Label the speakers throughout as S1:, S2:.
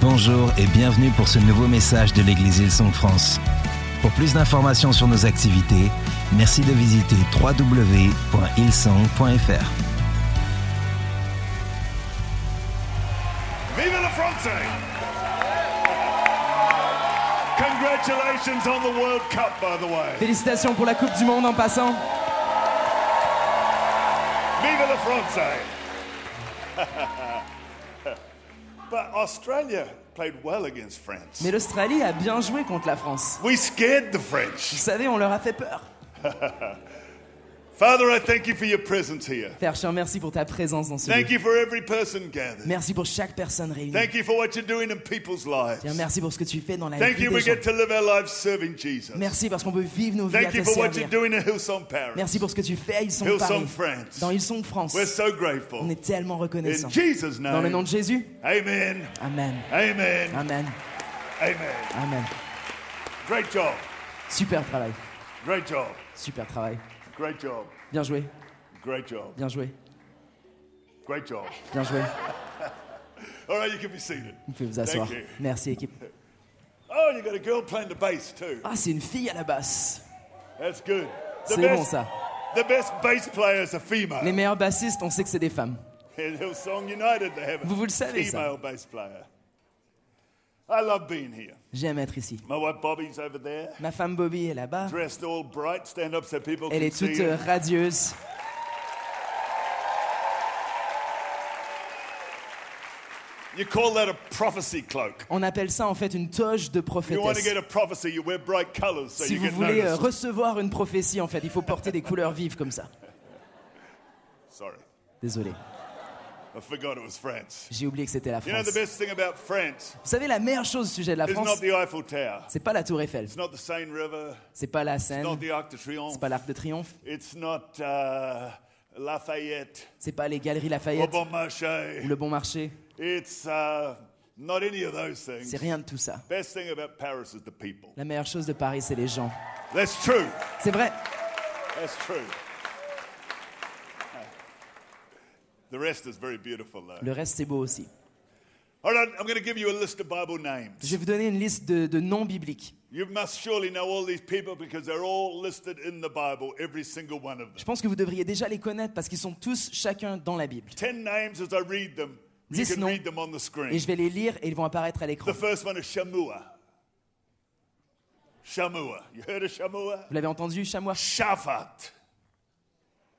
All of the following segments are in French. S1: Bonjour et bienvenue pour ce nouveau message de l'Église Hillsong France. Pour plus d'informations sur nos activités, merci de visiter www.hillsong.fr.
S2: Viva la France! Congratulations on the World Cup, by the way.
S3: Félicitations pour la Coupe du Monde en passant.
S2: Viva la France! but Australia played well against France.
S3: Mais l'Australie a bien joué contre la France.
S2: We scared the
S3: Vous
S2: French.
S3: savez, on leur a fait peur.
S2: Father, I thank you for your presence here.
S3: Père, je te remercie pour ta présence dans ce lieu.
S2: Thank you for every person gathered.
S3: Merci pour chaque personne réunie.
S2: Thank you for what you're doing in people's lives.
S3: Bien, merci pour ce que tu fais dans la
S2: Thank
S3: vie
S2: you
S3: des
S2: we
S3: gens.
S2: get to live our lives serving Jesus.
S3: Merci parce qu'on peut vivre nos vies à
S2: Thank you
S3: te
S2: for what you're
S3: servir.
S2: doing in Hillsong Paris.
S3: Merci pour ce que tu fais à Ils
S2: Hillsong
S3: Paris.
S2: France.
S3: Dans Ils France.
S2: We're so
S3: On
S2: grateful.
S3: est tellement
S2: In
S3: reconnaissants.
S2: Jesus'
S3: Dans le nom
S2: name.
S3: de Jésus.
S2: Amen.
S3: Amen.
S2: Amen.
S3: Amen.
S2: Amen.
S3: Amen.
S2: Great job.
S3: Super travail.
S2: Great job.
S3: Super travail.
S2: Great job.
S3: Bien joué.
S2: Great job.
S3: Bien joué.
S2: Great job.
S3: Bien joué.
S2: All right, you can be seated.
S3: Vous pouvez vous asseoir.
S2: Thank you.
S3: Merci, équipe.
S2: Oh, you got a girl playing the bass too.
S3: Ah, c'est une fille à la basse.
S2: That's good. The
S3: C'est bon,
S2: best,
S3: ça.
S2: the best bass players are female.
S3: Les meilleurs bassistes, on sait que c'est des femmes.
S2: In Hillsong United, they have a
S3: Vous- vous le savez, ça.
S2: female bass player. I love being here.
S3: J'aime être ici.
S2: My wife Bobby's over there,
S3: Ma femme Bobby est là-bas.
S2: dressed all bright. Stand up so people
S3: Elle
S2: can
S3: est toute
S2: see.
S3: euh,
S2: her.
S3: radieuse.
S2: You call that a prophecy cloak.
S3: On appelle ça en fait une toge de
S2: If you want to
S3: prophétesse.
S2: get a prophecy, you wear bright colors so
S3: Si
S2: you
S3: vous
S2: get
S3: voulez euh,
S2: noticed.
S3: recevoir une prophétie, en fait, il faut porter des couleurs vives comme ça.
S2: Sorry,
S3: Désolé,
S2: I forgot it was France.
S3: j'ai oublié que c'était la
S2: You know
S3: France.
S2: the
S3: Vous
S2: best thing about France
S3: savez, la meilleure chose au sujet de la
S2: is not
S3: France,
S2: the Eiffel Tower.
S3: c'est pas la Tour Eiffel,
S2: It's not the Seine River.
S3: c'est pas la Seine,
S2: Not the Arc de Triomphe.
S3: c'est pas l'Arc de Triomphe,
S2: It's not uh, Lafayette
S3: c'est pas les Galeries
S2: or
S3: Lafayette
S2: Bon Marché.
S3: ou le Bon Marché,
S2: It's uh, not any of those things.
S3: c'est rien de tout ça.
S2: Best thing about Paris is the people.
S3: La meilleure chose de Paris, c'est les gens.
S2: That's true.
S3: C'est vrai,
S2: That's true. The rest is very beautiful, though.
S3: le reste, c'est beau aussi.
S2: All right, I'm going to give you a list of Bible
S3: Je
S2: names.
S3: vais vous donner une liste de, de noms bibliques.
S2: You must surely know all these people because they're all listed in the Bible, every single one of them.
S3: Je pense que vous devriez déjà les connaître parce qu'ils sont tous chacun dans la Bible.
S2: Ten names as I read them. You
S3: Dix
S2: can
S3: noms.
S2: read them on the
S3: Et
S2: screen.
S3: je vais les lire et ils vont apparaître à l'écran.
S2: The first one is Shamua. Shamua. You heard of Shamua?
S3: Vous l'avez entendu, chamois
S2: Shaphat.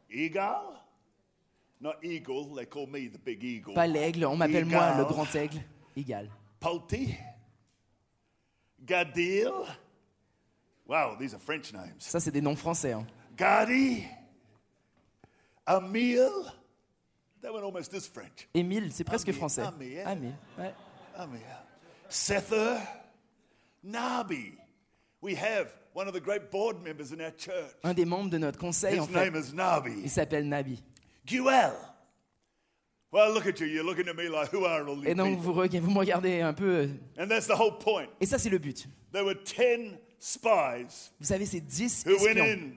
S2: Eagle? Not eagle, they call me the big eagle.
S3: Pas l'aigle, on m'appelle moi
S2: Égal.
S3: le grand aigle. Égal.
S2: Palti. Gadil. Wow, these are French names.
S3: Ça, c'est des noms français. hein.
S2: Gadi. Emil. That one almost is French.
S3: Émile, c'est presque
S2: Ami,
S3: français.
S2: ami, hein.
S3: Ami, ouais.
S2: Amir. Sether. Nabi. We have one of the great board members in our church.
S3: Un des membres de notre conseil, en
S2: His
S3: fait,
S2: name is Nabi.
S3: il s'appelle Nabi.
S2: Guel. Well, look at you. You're looking at me like, who are all these
S3: Et donc,
S2: people?
S3: vous, rega- vous me regardez un peu. euh,
S2: And that's the whole point.
S3: Et ça, c'est le but.
S2: There were 10 spies
S3: Vous savez, c'est 10
S2: who went
S3: espions
S2: in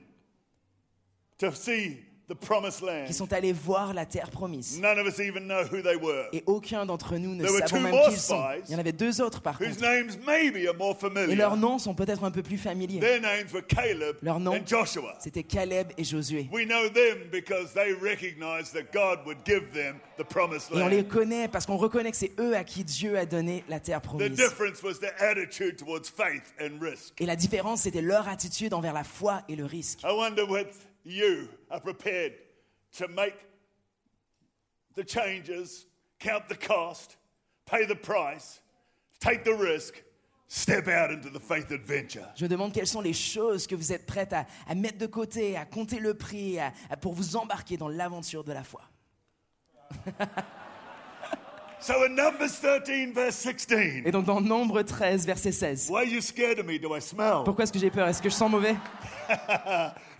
S2: to see the promised
S3: qui
S2: land.
S3: sont allés voir la terre promise.
S2: None of us even know who they were,
S3: Et aucun d'entre nous ne
S2: Mm. There were
S3: savons
S2: two
S3: même
S2: more
S3: qui ils sont.
S2: spies
S3: Il y en avait deux autres, par
S2: whose
S3: contre.
S2: names maybe are more
S3: Et
S2: familiar.
S3: leurs noms sont peut-être un peu plus familiers.
S2: Their names were Caleb
S3: Leur nom-
S2: and Joshua.
S3: C'était Caleb et Josué.
S2: We know them because they recognized that God would give them the promised
S3: Et on les
S2: land.
S3: connaît parce qu'on reconnaît que c'est eux à qui Dieu a donné la terre
S2: The
S3: promise.
S2: difference was their attitude towards faith and risk.
S3: Et la différence, c'était leur attitude envers la foi et le risque.
S2: I wonder what you are prepared to make the changes, count the cost, pay the price, take the risk, step out into the faith adventure.
S3: Je me demande quelles sont les choses que vous êtes prêtes à, à mettre de côté, à compter le prix, à- à- pour vous embarquer dans l'aventure de la foi.
S2: So in Numbers 13, verse 16,
S3: Et donc dans Nombre 13, verset 16.
S2: why are you scared of me? Do I smell?
S3: Pourquoi est-ce que j'ai peur Est-ce que je sens mauvais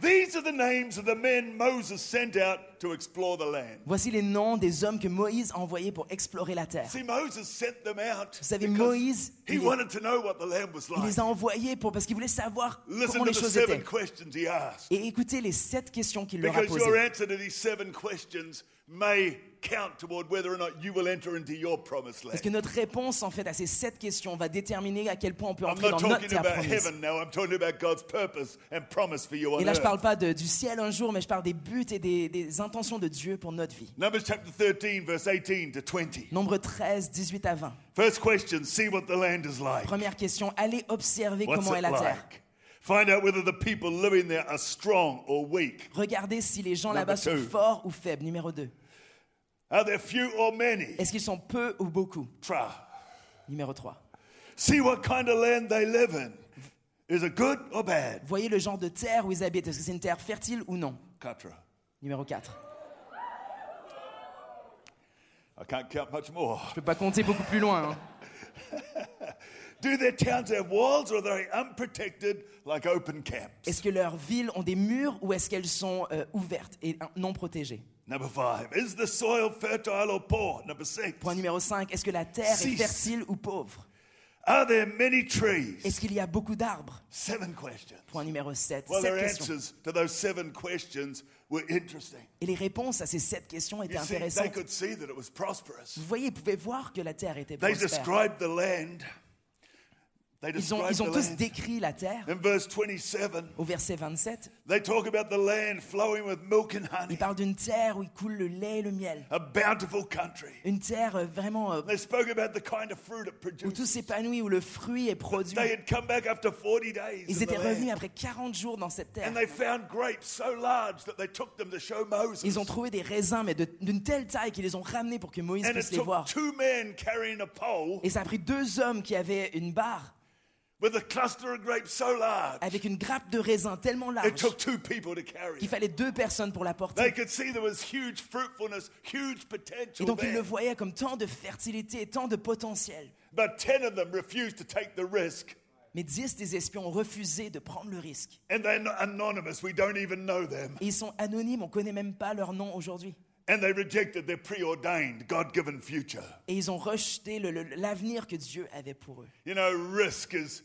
S2: These are the names of the men Moses sent out to explore the land.
S3: Voici les noms des hommes que Moïse a envoyés pour explorer la terre.
S2: See, Moses sent them out.
S3: savez,
S2: because
S3: Moïse,
S2: he
S3: il est-
S2: wanted to know what the land was
S3: Il
S2: like.
S3: les a envoyés pour, parce qu'il voulait savoir
S2: Listen
S3: comment
S2: to
S3: les
S2: the
S3: choses
S2: seven
S3: étaient.
S2: questions he asked.
S3: Et écoutez les sept questions qu'il leur a
S2: Because your
S3: posées.
S2: answer to these seven questions may count toward whether or not you will enter into your promised
S3: Parce
S2: land.
S3: que notre réponse, en fait, à ces sept questions va déterminer à quel point on peut
S2: I'm
S3: entrer
S2: not
S3: dans notre
S2: talking
S3: terre
S2: about
S3: promise.
S2: heaven now, I'm talking about God's purpose and promise for you
S3: Et
S2: on
S3: là, je
S2: earth.
S3: parle pas de- du ciel un jour, mais je parle des buts et des, des intentions de Dieu pour notre vie.
S2: Numbers chapter 13, verse 18 to 20.
S3: Nombre 13, 18 à 20.
S2: First question see what the land is like.
S3: Première question, allez observer
S2: What's
S3: comment est
S2: it
S3: la terre.
S2: like? Find out whether the people living there are strong or weak.
S3: Regardez si les gens
S2: Number
S3: là-bas sont
S2: two.
S3: forts ou faibles. Numéro 2.
S2: Are there few or many?
S3: Est-ce qu'ils sont peu ou beaucoup
S2: Try.
S3: Numéro 3.
S2: See what kind of land they live in. Is it good or bad?
S3: Voyez le genre de terre où ils habitent. Est-ce que c'est une terre fertile ou non
S2: Katra.
S3: Numéro 4.
S2: I can't count much more.
S3: Je peux pas compter beaucoup plus loin. hein.
S2: Do their towns have walls or are they unprotected like open camps?
S3: Est-ce que leurs villes ont des murs ou est-ce qu'elles sont euh, ouvertes et euh, non protégées
S2: Number five. Is the soil fertile or poor? Number six.
S3: Point numéro 5. Est-ce que la terre
S2: Six.
S3: est fertile ou pauvre
S2: Are there many trees?
S3: Est-ce qu'il y a beaucoup d'arbres
S2: Seven questions.
S3: Point numéro 7.
S2: Well, their
S3: sept questions.
S2: answers to those seven questions were interesting.
S3: Et les réponses à ces sept questions étaient
S2: You see, they
S3: intéressantes.
S2: could see that it was prosperous.
S3: Vous voyez, ils pouvaient voir que la terre était
S2: They
S3: prospère.
S2: described the land. They
S3: Ils ont,
S2: described
S3: ils ont
S2: the
S3: tous
S2: land.
S3: décrit la terre.
S2: In verse 27,
S3: Au verset 27,
S2: they talk about the land flowing with milk and honey,
S3: ils parlent d'une terre où il coule le lait et le miel.
S2: a bountiful country.
S3: Une terre euh, vraiment euh,
S2: They spoke about the kind of fruit it
S3: où
S2: produced.
S3: tout s'épanouit, où le fruit est produit.
S2: They had come back after 40 days. in
S3: Ils
S2: the
S3: étaient
S2: land,
S3: revenus après 40 jours dans cette terre.
S2: and they found grapes so large that they took them to show Moses.
S3: Ils ont trouvé des raisins, mais de- d'une telle taille qu'ils les ont ramenés pour que Moïse
S2: and it
S3: puisse les
S2: took
S3: voir.
S2: two men carrying a pole
S3: Et ça a pris deux hommes qui avaient une barre
S2: with a cluster of grapes so large.
S3: avec une grappe de raisins tellement
S2: It
S3: large
S2: took two people to carry
S3: qu'il
S2: it.
S3: fallait deux personnes pour la
S2: They
S3: porter.
S2: could see there was huge fruitfulness, huge
S3: Et
S2: potential
S3: donc ils le
S2: there.
S3: voyaient comme tant de fertilité et tant de potentiel.
S2: But 10 of them refused to take the risk.
S3: Mais dix des espions ont refusé de prendre le risque.
S2: And they're not anonymous. We don't even know them.
S3: Et ils sont anonymes, on ne connaît même pas leur nom aujourd'hui.
S2: And they rejected their preordained, God given future.
S3: Et ils ont rejeté le- le- l'avenir que Dieu avait pour eux.
S2: You know, risk is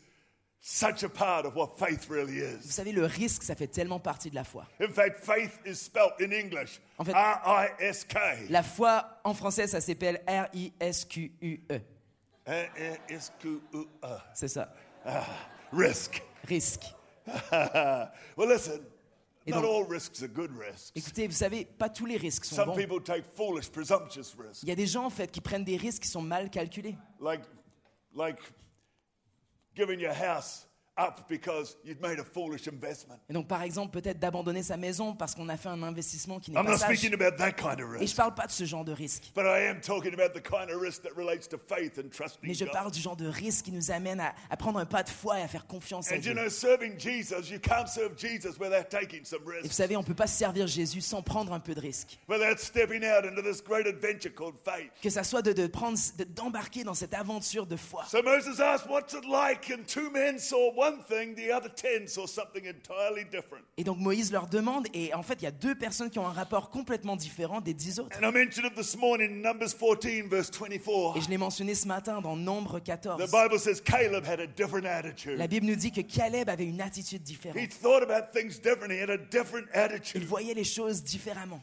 S2: such a part of what faith really
S3: Vous
S2: is.
S3: savez, le risque, ça fait tellement partie de la foi.
S2: In fact, faith is spelt in English
S3: En fait-
S2: R I S K.
S3: La foi, en français, ça s'appelle R-I-S-Q-U-E.
S2: R I S Q U E.
S3: E. C'est ça.
S2: Risk.
S3: Risque.
S2: well, listen,
S3: Et
S2: not
S3: donc-
S2: all risks are good risks.
S3: Écoutez, vous savez, pas tous les risques sont
S2: Some
S3: bons.
S2: people take foolish, presumptuous risks,
S3: Il y a des gens, en fait, qui prennent des risques qui sont mal calculés.
S2: like, like giving your house up because you've made a foolish investment.
S3: Et donc, par exemple, peut-être d'abandonner sa maison parce qu'on a fait un investissement qui n'est
S2: I'm
S3: pas
S2: not
S3: sage.
S2: speaking about that kind of
S3: Et je
S2: risk,
S3: parle pas de ce genre de risque.
S2: but I am talking about the kind of risk that relates to faith and trusting
S3: Mais je
S2: God.
S3: parle du genre de risque qui nous amène à, à prendre un pas de foi et à faire confiance
S2: And
S3: à
S2: you
S3: Dieu.
S2: know, serving Jesus, you can't serve Jesus without taking some
S3: Et vous
S2: risks,
S3: savez, on peut pas servir Jésus sans prendre un peu de risque.
S2: without stepping out into this great adventure called faith.
S3: Que ça soit de, de prendre, de- d'embarquer dans cette aventure de foi.
S2: So Moses asked, What's it like? And two men saw one thing, the other ten saw something entirely different.
S3: Et donc Moïse leur demande, et en fait, il y a deux personnes qui ont un rapport complètement différent des dix autres.
S2: And I mentioned it this morning, Numbers 14, verse
S3: Et
S2: 24.
S3: je l'ai mentionné ce matin dans Nombre
S2: The
S3: 14.
S2: Bible says Caleb had a different
S3: La
S2: attitude.
S3: Bible nous dit que Caleb avait une attitude
S2: He
S3: différente.
S2: thought about things different. He had a different
S3: Il
S2: attitude.
S3: voyait les choses différemment.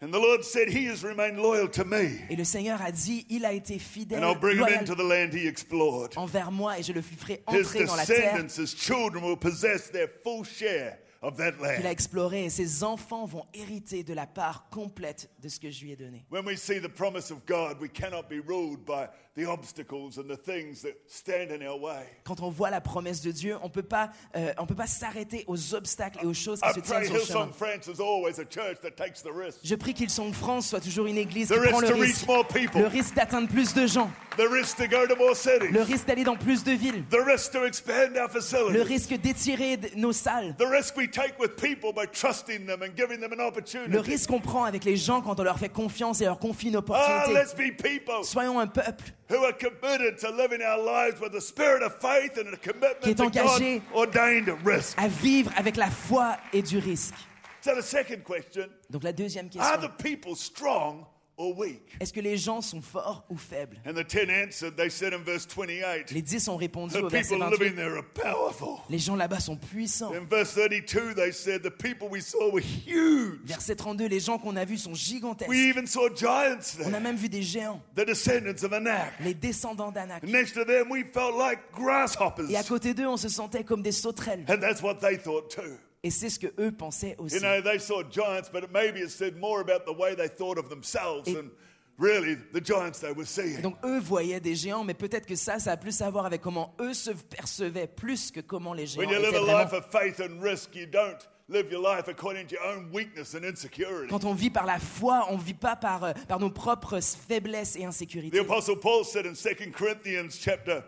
S2: And the Lord said, He has remained loyal to me,
S3: Et le Seigneur a dit, il a été fidèle
S2: and I'll bring him
S3: loyal
S2: into the land he explored.
S3: envers moi et je le ferai
S2: His
S3: entrer dans la terre
S2: descendants, his children will possess their full share of that
S3: qu'il a
S2: land.
S3: explorée et ses enfants vont hériter de la part complète de ce que je lui ai donné.
S2: When we see the promise of God, we cannot be ruled by the obstacles and the things that stand in our way.
S3: Quand on voit la promesse de Dieu, on ne peut pas euh, on peut pas s'arrêter aux obstacles et aux choses qui
S2: I
S3: se tiennent
S2: pray
S3: sur le chemin.
S2: Hillsong France is always a church that takes the risk.
S3: Je prie qu'ils sont en France soit toujours une église qui
S2: The
S3: prend
S2: risk
S3: le
S2: to reach
S3: risque.
S2: more people.
S3: Le risque d'atteindre plus de gens.
S2: The risk to go to more cities.
S3: Le risque d'aller dans plus de villes.
S2: The risk to expand our
S3: Le
S2: facilities.
S3: risque d'étirer d- nos salles.
S2: The risk we take with people by trusting them and giving them an
S3: Le
S2: opportunity.
S3: risque qu'on prend avec les gens quand on leur fait confiance et leur confie une
S2: Ah,
S3: opportunité.
S2: let's be people
S3: Soyons un peuple
S2: who are committed to living our lives with a spirit of faith and a
S3: Qui
S2: commitment
S3: est
S2: to God
S3: engagé.
S2: ordained risk.
S3: à vivre avec la foi et du risque.
S2: So the second question,
S3: Donc la deuxième
S2: are
S3: question,
S2: the people strong or weak?
S3: Est-ce que les gens sont forts ou faibles
S2: And the 10 answered, they said in verse 28,
S3: Les dix ont répondu
S2: the
S3: au verset
S2: people
S3: 28.
S2: living there are powerful.
S3: Les gens là-bas sont puissants.
S2: In verse 32, they said, the people we saw were huge.
S3: Verset 32, les gens qu'on a vus sont gigantesques.
S2: We even saw giants
S3: On a
S2: there,
S3: même vu des géants,
S2: the descendants of Anak.
S3: les descendants d'Anak.
S2: Next to them, we felt like grasshoppers.
S3: Et à côté d'eux, on se sentait comme des sauterelles.
S2: And that's what they thought too.
S3: Et c'est ce que eux pensaient aussi.
S2: You know, they saw giants, but maybe it said more about the way they thought of themselves
S3: Et-
S2: than really the giants they were
S3: Et
S2: seeing.
S3: donc eux voyaient des géants, mais peut-être que ça, ça a plus à voir avec comment eux se percevaient plus que comment les géants
S2: When you live
S3: étaient
S2: a life
S3: vraiment.
S2: of faith and risk, you don't live your life according to your own weakness and insecurity.
S3: Quand on vit par la foi, on ne vit pas par, euh, par nos propres faiblesses et
S2: The
S3: insécurités.
S2: Apostle Paul said in 2 Corinthians chapter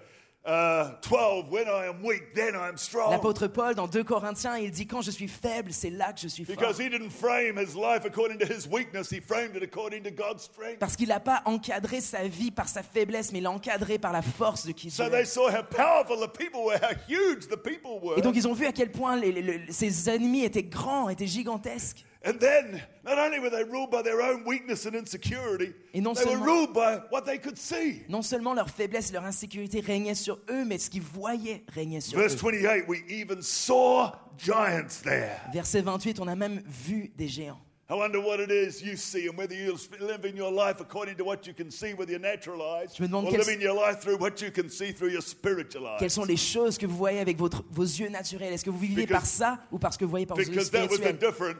S2: uh, 12, when I am weak, then I am strong.
S3: L'apôtre Paul, dans 2 Corinthiens, il dit quand je suis faible, c'est là que je suis fort.
S2: Because he didn't frame his life according to his weakness, he framed it according to God's strength.
S3: Parce qu'il n'a pas encadré sa vie par sa faiblesse, mais il l'a encadré par la force de qui il
S2: So
S3: est.
S2: they saw how powerful the people were, how huge the people were.
S3: Et donc ils ont vu à quel point les- les- les- ses ennemis étaient grands, étaient gigantesques.
S2: And then, not only were they ruled by their own weakness and insecurity,
S3: Et non
S2: they were
S3: seulement-
S2: ruled by what they could see.
S3: Non seulement leur faiblesse et leur insécurité régnaient sur eux, mais ce qu'ils voyaient régnait sur
S2: Verse
S3: eux.
S2: 28, we even saw giants there.
S3: Verset 28, on a même vu des géants.
S2: I wonder what it is you see and whether you're sp- living your life according to what you can see with your natural eyes
S3: me demande
S2: or
S3: quels-
S2: living your life through what you can see through your spiritual
S3: Quelles
S2: eyes.
S3: sont les choses que vous voyez avec votre- vos yeux naturels Est-ce que vous vivez
S2: Because-
S3: par ça ou parce que vous voyez par vos yeux
S2: Because that was the
S3: spirituels
S2: different.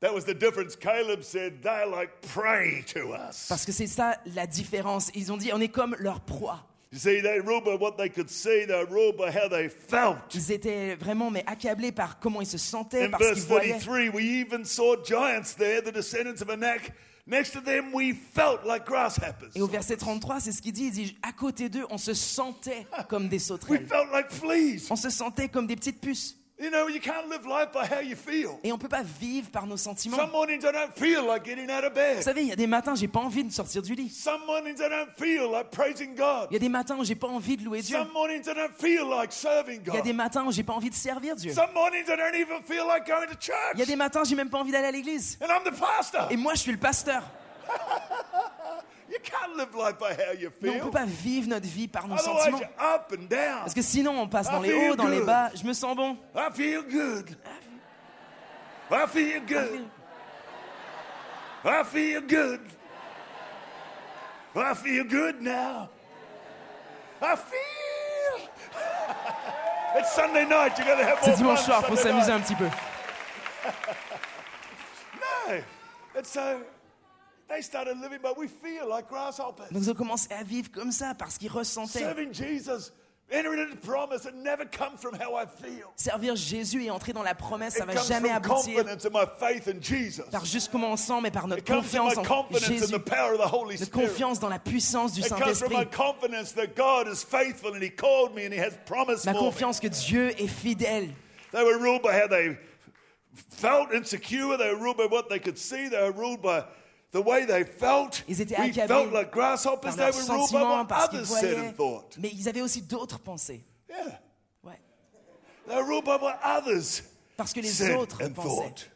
S2: That was the difference. Caleb said, they're like prey to us.
S3: Parce que c'est ça la différence. Ils ont dit, on est comme leur proie.
S2: You see, they ruled by what they could see, they ruled by how they felt.
S3: Ils étaient vraiment mais accablés par comment ils se sentaient,
S2: In
S3: par ce qu'ils
S2: verse
S3: voyaient.
S2: 43, we even saw giants there, the descendants of Anak. Next to them, we felt like grasshoppers.
S3: Et au verset 33, c'est ce qu'il dit. Il dit, à côté d'eux, on se sentait comme des
S2: We
S3: sauterelles.
S2: felt like fleas.
S3: On se sentait comme des petites puces.
S2: You know, you can't live life by how you feel.
S3: Et on peut pas vivre par nos sentiments.
S2: Some
S3: Vous
S2: mornings I don't feel like getting out of bed.
S3: savez, il y a des matins, j'ai pas envie de sortir du lit.
S2: Some mornings I don't feel like praising God.
S3: Il y a des matins où j'ai pas envie de louer Dieu.
S2: Some mornings I don't feel like serving
S3: Il y a des
S2: God.
S3: matins où j'ai pas envie de servir Dieu.
S2: Some mornings I don't even feel like going to
S3: Il y a
S2: church.
S3: des matins, j'ai même pas envie d'aller à l'église.
S2: And I'm the pastor.
S3: Et moi, je suis le pasteur.
S2: You can't live life by how you
S3: Mais on peut
S2: feel.
S3: pas vivre notre vie par nos
S2: Otherwise,
S3: sentiments.
S2: you're up and down.
S3: Parce que sinon, on passe dans
S2: I
S3: les
S2: Ah, feel
S3: hauts, dans les
S2: good. Oh,
S3: bas. Je me sens bon.
S2: I feel good. I feel good. I feel good. I feel good now. I feel. it's Sunday night. You gotta have
S3: C'est
S2: more
S3: dimanche
S2: fun
S3: soir, faut
S2: Sunday
S3: s'amuser un
S2: night.
S3: petit peu.
S2: No. And so they started living, but we feel like grasshoppers.
S3: Donc ils ont commencé à vivre comme ça parce qu'ils ressentaient.
S2: Serving Jesus, entering into promise that never come from how I feel.
S3: Servir Jésus et entrer dans la promesse, ça
S2: it
S3: va
S2: comes
S3: jamais
S2: from
S3: aboutir
S2: confidence in my faith in Jesus.
S3: par juste comment on sent, mais par notre
S2: It comes from
S3: confiance
S2: my
S3: en
S2: confidence in
S3: Jésus,
S2: the power of the Holy
S3: notre
S2: Spirit.
S3: confiance dans la puissance du
S2: It comes from my
S3: Saint-Esprit,
S2: confidence that God is faithful and He called me and He has promised
S3: ma
S2: for me.
S3: confiance que Dieu est fidèle.
S2: They were ruled by how they felt insecure. They were ruled by what they could see. They were ruled by the way they felt.
S3: Ils étaient
S2: we
S3: accablés
S2: felt like
S3: par
S2: grasshoppers. They
S3: leurs
S2: were ruled by
S3: sentiments,
S2: what
S3: par ce qu'ils
S2: others said
S3: voyaient,
S2: and thought.
S3: mais ils avaient aussi d'autres pensées.
S2: Yeah.
S3: Ouais.
S2: They were ruled by what others
S3: Parce que les
S2: said
S3: autres
S2: and
S3: pensaient.
S2: thought.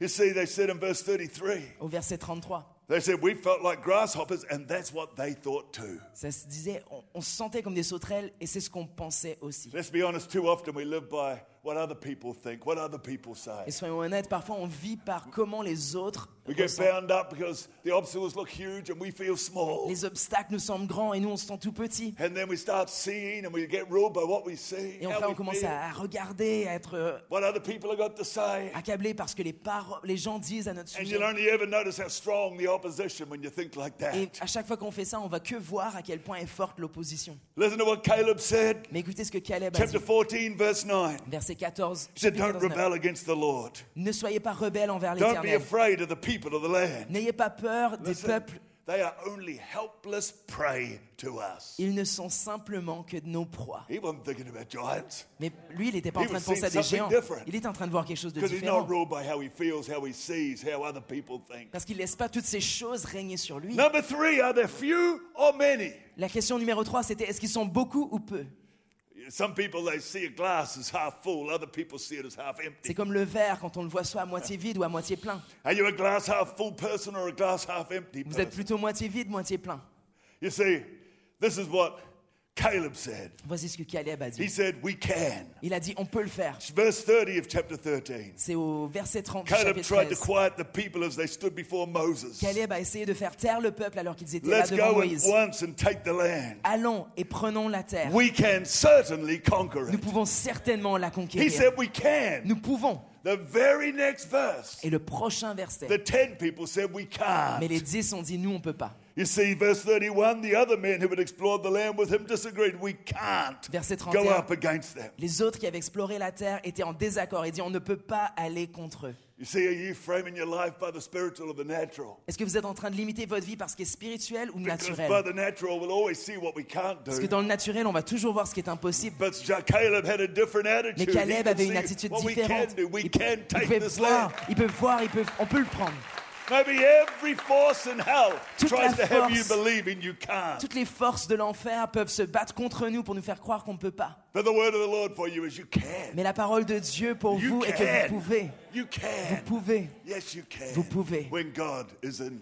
S2: You see, they said in verse 33,
S3: Au verset 33,
S2: they said, We felt like grasshoppers, and that's what they thought too.
S3: ça se disait, on, on se sentait comme des sauterelles et c'est ce qu'on pensait aussi.
S2: Let's be honest, too often we live by what other people think, what other people say.
S3: Et soyons honnêtes, parfois on vit par comment les autres
S2: We get
S3: ressentent.
S2: bound up because the obstacles look huge and we feel small.
S3: Les obstacles nous semblent grands et nous on se sent tout petit.
S2: And then we start seeing and we get ruled by what we see,
S3: Et
S2: how
S3: enfin on
S2: we
S3: commence
S2: feel,
S3: à à regarder, à être euh,
S2: what other people have got to say.
S3: accablé par ce que les, paro- les gens disent à notre
S2: And you'll
S3: sujet.
S2: only ever notice how strong the opposition when you think like
S3: Et
S2: that.
S3: à chaque fois qu'on fait ça, on va que voir à quel point est forte l'opposition.
S2: Listen to what Caleb said,
S3: Mais écoutez ce que Caleb a dit.
S2: chapter 14, verse 9. He
S3: Verset 14.
S2: said, Don't
S3: chapitre 14, neuf.
S2: rebel against the Lord.
S3: Ne soyez pas rebelles envers
S2: Don't be
S3: l'Éternel.
S2: afraid of the people of the land.
S3: N'ayez pas peur des
S2: Listen,
S3: peuples.
S2: they are only helpless prey to us.
S3: Ils ne sont simplement que de nos proies.
S2: He wasn't thinking about giants
S3: Mais lui, il n'était pas en
S2: He
S3: train de
S2: was
S3: penser à
S2: seeing
S3: des
S2: something
S3: géants.
S2: different.
S3: Il était en train de voir quelque chose de
S2: because he's not
S3: différent.
S2: ruled by how he feels, how he sees, how other people think.
S3: Parce qu'il laisse pas toutes ces choses régner sur lui.
S2: Number three, are there few or many?
S3: La question numéro 3, c'était est-ce qu'ils sont beaucoup ou peu
S2: Some people, they see a glass as half full, other people see it as half
S3: C'est
S2: empty.
S3: comme le verre quand on le voit soit à moitié vide ou à moitié plein.
S2: Are you a glass half full person or a glass half empty
S3: Vous êtes
S2: person?
S3: plutôt moitié vide, moitié plein.
S2: You see, this is what Caleb said.
S3: Voici ce que Caleb a
S2: He
S3: dit.
S2: said, We can.
S3: Il a dit on peut le faire.
S2: Verse 30 of chapter 13.
S3: C'est au verset 30 du
S2: Caleb
S3: chapitre
S2: tried to
S3: 13.
S2: quiet the people as they stood before Moses.
S3: Caleb a essayé de faire taire le peuple alors qu'ils étaient là
S2: Let's
S3: devant
S2: go at
S3: Moïse.
S2: once and take the land.
S3: Allons et prenons la terre.
S2: We can certainly conquer
S3: Nous
S2: it.
S3: pouvons certainement la
S2: He
S3: conquérir.
S2: said, We can.
S3: Nous pouvons.
S2: The very next verse,
S3: Et le prochain
S2: the
S3: verset.
S2: 10 people said, We
S3: Mais
S2: can't.
S3: les dix ont dit nous on peut pas.
S2: You see, verse 31, the other men who had explored the land with him disagreed. We can't
S3: Verset
S2: go
S3: 31.
S2: up against them.
S3: Les autres qui avaient exploré la terre étaient en désaccord et dit on ne peut pas aller contre eux.
S2: You see, are you framing your life by the spiritual or the natural?
S3: Est-ce que vous êtes en train de limiter votre vie par ce qui est spirituel ou
S2: Because by
S3: naturel
S2: the natural, we'll always see what we can't
S3: Parce que
S2: do.
S3: dans le naturel, on va toujours voir ce qui est impossible.
S2: But Ja- Caleb had a different attitude.
S3: Mais
S2: He
S3: Caleb
S2: could
S3: avait une
S2: see
S3: attitude
S2: what
S3: différente.
S2: We can do. We
S3: Il,
S2: can
S3: il
S2: take
S3: pouvait
S2: this
S3: voir,
S2: land.
S3: il peut voir, il peut, on peut le prendre.
S2: Maybe every force in hell
S3: Toute la
S2: tries to have you
S3: force.
S2: believing you can't.
S3: Toutes les forces de l'enfer peuvent se battre contre nous pour nous faire croire qu'on ne peut pas.
S2: But the word of the Lord for you is you can.
S3: Mais la parole de Dieu pour
S2: You
S3: vous est que
S2: can.
S3: vous pouvez.
S2: You
S3: Vous
S2: can.
S3: pouvez.
S2: Yes, you can.
S3: Vous pouvez.
S2: When God is in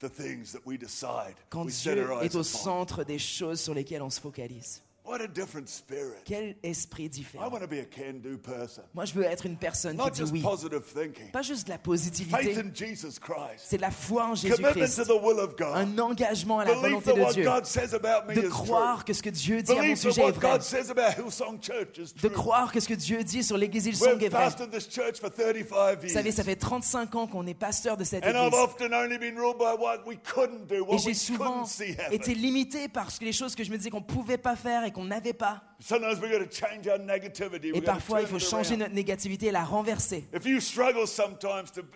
S2: the things that we decide,
S3: Quand
S2: we set
S3: Dieu
S2: our eyes
S3: est au
S2: upon.
S3: centre des choses sur lesquelles on se focalise.
S2: What a different spirit.
S3: Quel esprit
S2: I
S3: différent.
S2: want to be a can-do person.
S3: Moi, je veux être une personne qui
S2: Not
S3: dit
S2: just
S3: oui.
S2: positive thinking.
S3: Pas juste de la
S2: Faith
S3: positivité,
S2: in Jesus Christ.
S3: c'est de la foi en
S2: Commitment to
S3: Jésus-Christ.
S2: the will of God.
S3: Un engagement à la
S2: Believe
S3: volonté
S2: that
S3: de
S2: what
S3: Dieu.
S2: God says about me
S3: de
S2: is
S3: croire
S2: true.
S3: que ce que Dieu dit à mon
S2: Believe that
S3: sujet est
S2: what
S3: vrai,
S2: God says about Hillsong Church is
S3: de
S2: true.
S3: croire que ce que Dieu dit sur l'église Ilsong est
S2: We've
S3: vrai.
S2: pastored this church for 35
S3: Vous savez,
S2: years.
S3: ça fait 35 ans qu'on est pasteur de cette
S2: And I've
S3: église.
S2: often only been ruled by what we couldn't do,
S3: Et
S2: what we
S3: j'ai souvent
S2: couldn't see
S3: été
S2: happen.
S3: limité par ce que- les choses que je me disais qu'on pouvait pas faire et qu'on n'avait pas.
S2: Sometimes we've got to change our negativity.
S3: Et
S2: We've got to
S3: parfois, il
S2: turn
S3: faut
S2: it
S3: changer
S2: around.
S3: notre négativité et la renverser.
S2: If you struggle sometimes to b-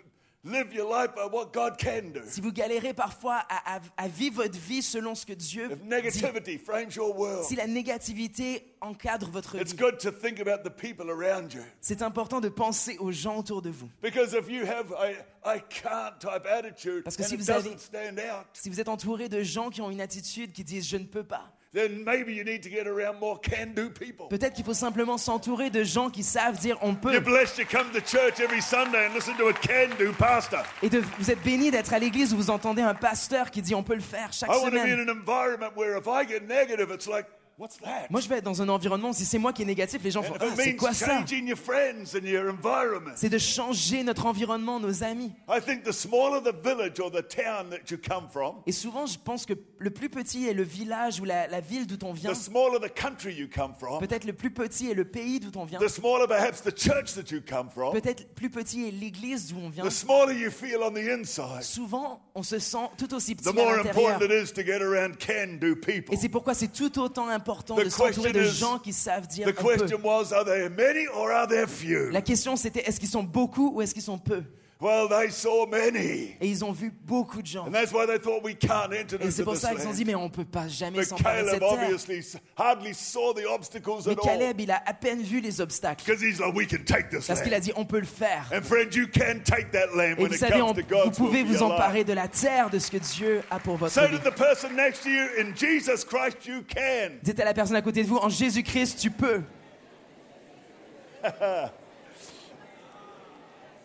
S2: live your life by what God can do,
S3: Si vous galérez parfois à, à- à vivre votre vie selon ce que Dieu
S2: if
S3: dit,
S2: negativity frames your world,
S3: si la négativité encadre votre
S2: it's
S3: vie,
S2: good to think about the people around you.
S3: c'est important de penser aux gens autour de vous.
S2: Because if you have a I can't type attitude
S3: Parce que
S2: and
S3: si
S2: it
S3: vous avez-
S2: doesn't stand out,
S3: Si vous êtes entouré de gens qui ont une attitude qui disent je ne peux pas,
S2: then maybe you need to get around more can-do people.
S3: Peut-être qu'il faut simplement s'entourer de gens qui savent dire on
S2: You're
S3: peut.
S2: blessed to come to church every Sunday and listen to a can-do pastor.
S3: Et de, vous êtes béni d'être à l'église où vous entendez un pasteur qui dit on peut le faire chaque
S2: I want to be in
S3: semaine.
S2: an environment where if I get negative, it's like, what's that?
S3: Moi, je vais être dans un environnement où si c'est moi qui est négatif, les gens font
S2: And if
S3: ah,
S2: it
S3: c'est
S2: means
S3: quoi ça
S2: changing your friends and your environment.
S3: C'est de changer notre environnement, nos amis.
S2: I think the smaller the village or the town that you come from,
S3: Et souvent, je pense que le plus petit est le village ou la, la ville d'où on vient.
S2: the smaller the country you come from,
S3: Peut-être le plus petit est le pays d'où on vient.
S2: the smaller perhaps the church that you come from,
S3: Peut-être le plus petit est l'église d'où on vient.
S2: the smaller you feel on the inside,
S3: Souvent, on se sent tout aussi petit
S2: the
S3: à
S2: more
S3: l'intérieur.
S2: important it is to get around can do people.
S3: Et c'est pourquoi c'est tout autant important
S2: The
S3: de s'entourer
S2: question
S3: de
S2: is-
S3: gens qui savent dire
S2: The
S3: on peut.
S2: question was, are there many or are there few?
S3: La question c'était est-ce qu'ils sont beaucoup ou est-ce qu'ils sont peu
S2: Well, they saw many.
S3: Et ils ont vu beaucoup de gens.
S2: And that's why they thought we can't enter
S3: Et
S2: into
S3: c'est pour
S2: this
S3: ça qu'ils ont dit
S2: land.
S3: mais on peut pas jamais
S2: But
S3: s'emparer de cette
S2: Caleb
S3: terre.
S2: obviously s- hardly saw the obstacles
S3: Mais
S2: at all.
S3: Caleb, il a à peine vu les obstacles
S2: Because he's like, we can take this
S3: parce qu'il a
S2: land.
S3: dit on peut le faire.
S2: And friend, you can take that land
S3: Et
S2: when
S3: vous
S2: it
S3: savez, on-
S2: comes to
S3: vous
S2: God's will for
S3: pouvez vous
S2: your life.
S3: emparer de la terre, de ce que Dieu a pour votre
S2: So
S3: vie.
S2: did the person next to you, in Jesus Christ, you can.
S3: Dites à la personne à côté de vous, en Jésus-Christ, tu peux.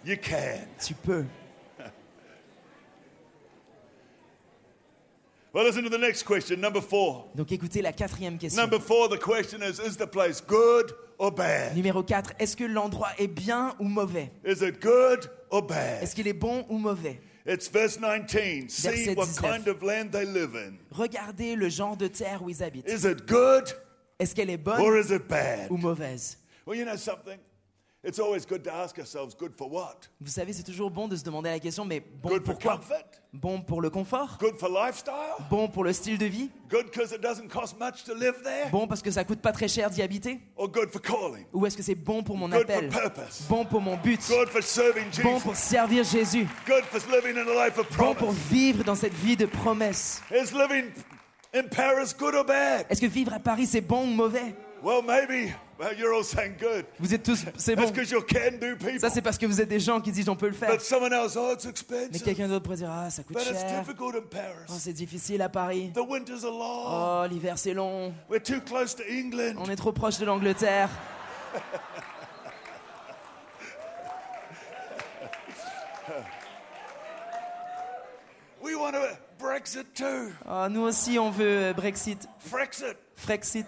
S2: You can.
S3: Tu peux.
S2: Well, listen to the next question, number four.
S3: Donc écoutez la quatrième question.
S2: Number four, the question is, is the place good or bad?
S3: Numéro 4, est-ce que l'endroit est bien ou mauvais
S2: Is it good or bad?
S3: Est-ce qu'il est bon ou mauvais
S2: It's verse 19. See
S3: Verset
S2: what
S3: 19.
S2: kind of land they live in.
S3: Regardez le genre de terre où ils habitent.
S2: Is it good
S3: Est-ce qu'elle est bonne
S2: or is it bad?
S3: ou mauvaise
S2: Well, you know something? It's always good to ask ourselves, good for what?
S3: Vous savez, c'est toujours bon de se demander la question, mais bon
S2: Good for
S3: pour quoi
S2: comfort?
S3: Bon pour le confort
S2: Good for lifestyle?
S3: Bon pour le style de vie
S2: Good because it doesn't cost much to live there?
S3: Bon parce que ça coûte pas très cher d'y habiter
S2: Or good for calling?
S3: Ou est-ce que c'est bon pour mon
S2: Good
S3: appel
S2: for purpose.
S3: Bon pour mon but
S2: Good for serving
S3: Bon
S2: Jesus?
S3: pour servir Jésus
S2: Good for living in a life of
S3: Bon pour
S2: promise?
S3: vivre dans cette vie de promesse
S2: Is living in Paris good or bad?
S3: Est-ce que vivre à Paris c'est bon ou mauvais
S2: Well, maybe Well, you're all saying good.
S3: Vous êtes tous, c'est
S2: That's
S3: bon.
S2: because you're can-do people.
S3: Ça, c'est parce que vous êtes des gens qui disent on peut le faire.
S2: But someone else, oh, it's
S3: Mais
S2: expensive.
S3: quelqu'un d'autre pourrait dire ah, ça coûte
S2: But it's
S3: cher.
S2: difficult in
S3: Oh,
S2: Paris.
S3: c'est difficile à Paris.
S2: The winters are long.
S3: Oh, l'hiver c'est long.
S2: We're too close to England.
S3: On est trop proche de l'Angleterre.
S2: We want to Brexit too.
S3: Oh, nous aussi, on veut euh, Brexit,
S2: Frexit.
S3: Frexit.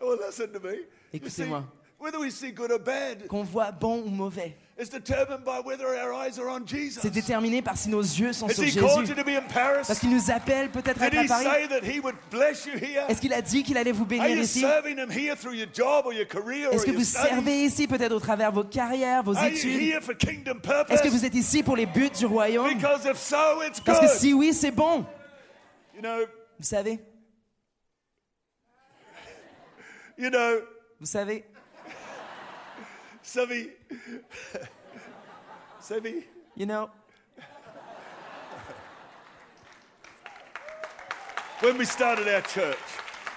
S2: Oh, listen to me. You see,
S3: Écoutez-moi.
S2: whether we see good or bad
S3: Qu'on voit bon ou mauvais,
S2: is determined by whether our eyes are on Jesus.
S3: c'est déterminé par si nos yeux sont
S2: Has
S3: sur
S2: he called
S3: Jésus.
S2: you to be in
S3: Parce
S2: Paris?
S3: qu'il nous appelle peut-être à
S2: Did
S3: être à
S2: he
S3: Paris.
S2: say that he would bless you here?
S3: Est-ce qu'il a dit qu'il allait vous
S2: Are
S3: bénir
S2: you
S3: ici
S2: serving him here through your job or your career or
S3: Est-ce que
S2: your
S3: vous
S2: studies?
S3: servez ici peut-être au travers de vos carrières, vos
S2: Are you
S3: études
S2: here for kingdom
S3: Est-ce
S2: purpose?
S3: que vous êtes ici pour les buts du royaume
S2: Because if so, it's
S3: Parce que
S2: good.
S3: si oui, c'est bon.
S2: You know,
S3: Vous savez,
S2: you know,
S3: vous savez.
S2: Savvy. Savvy.
S3: You know,
S2: When we started our church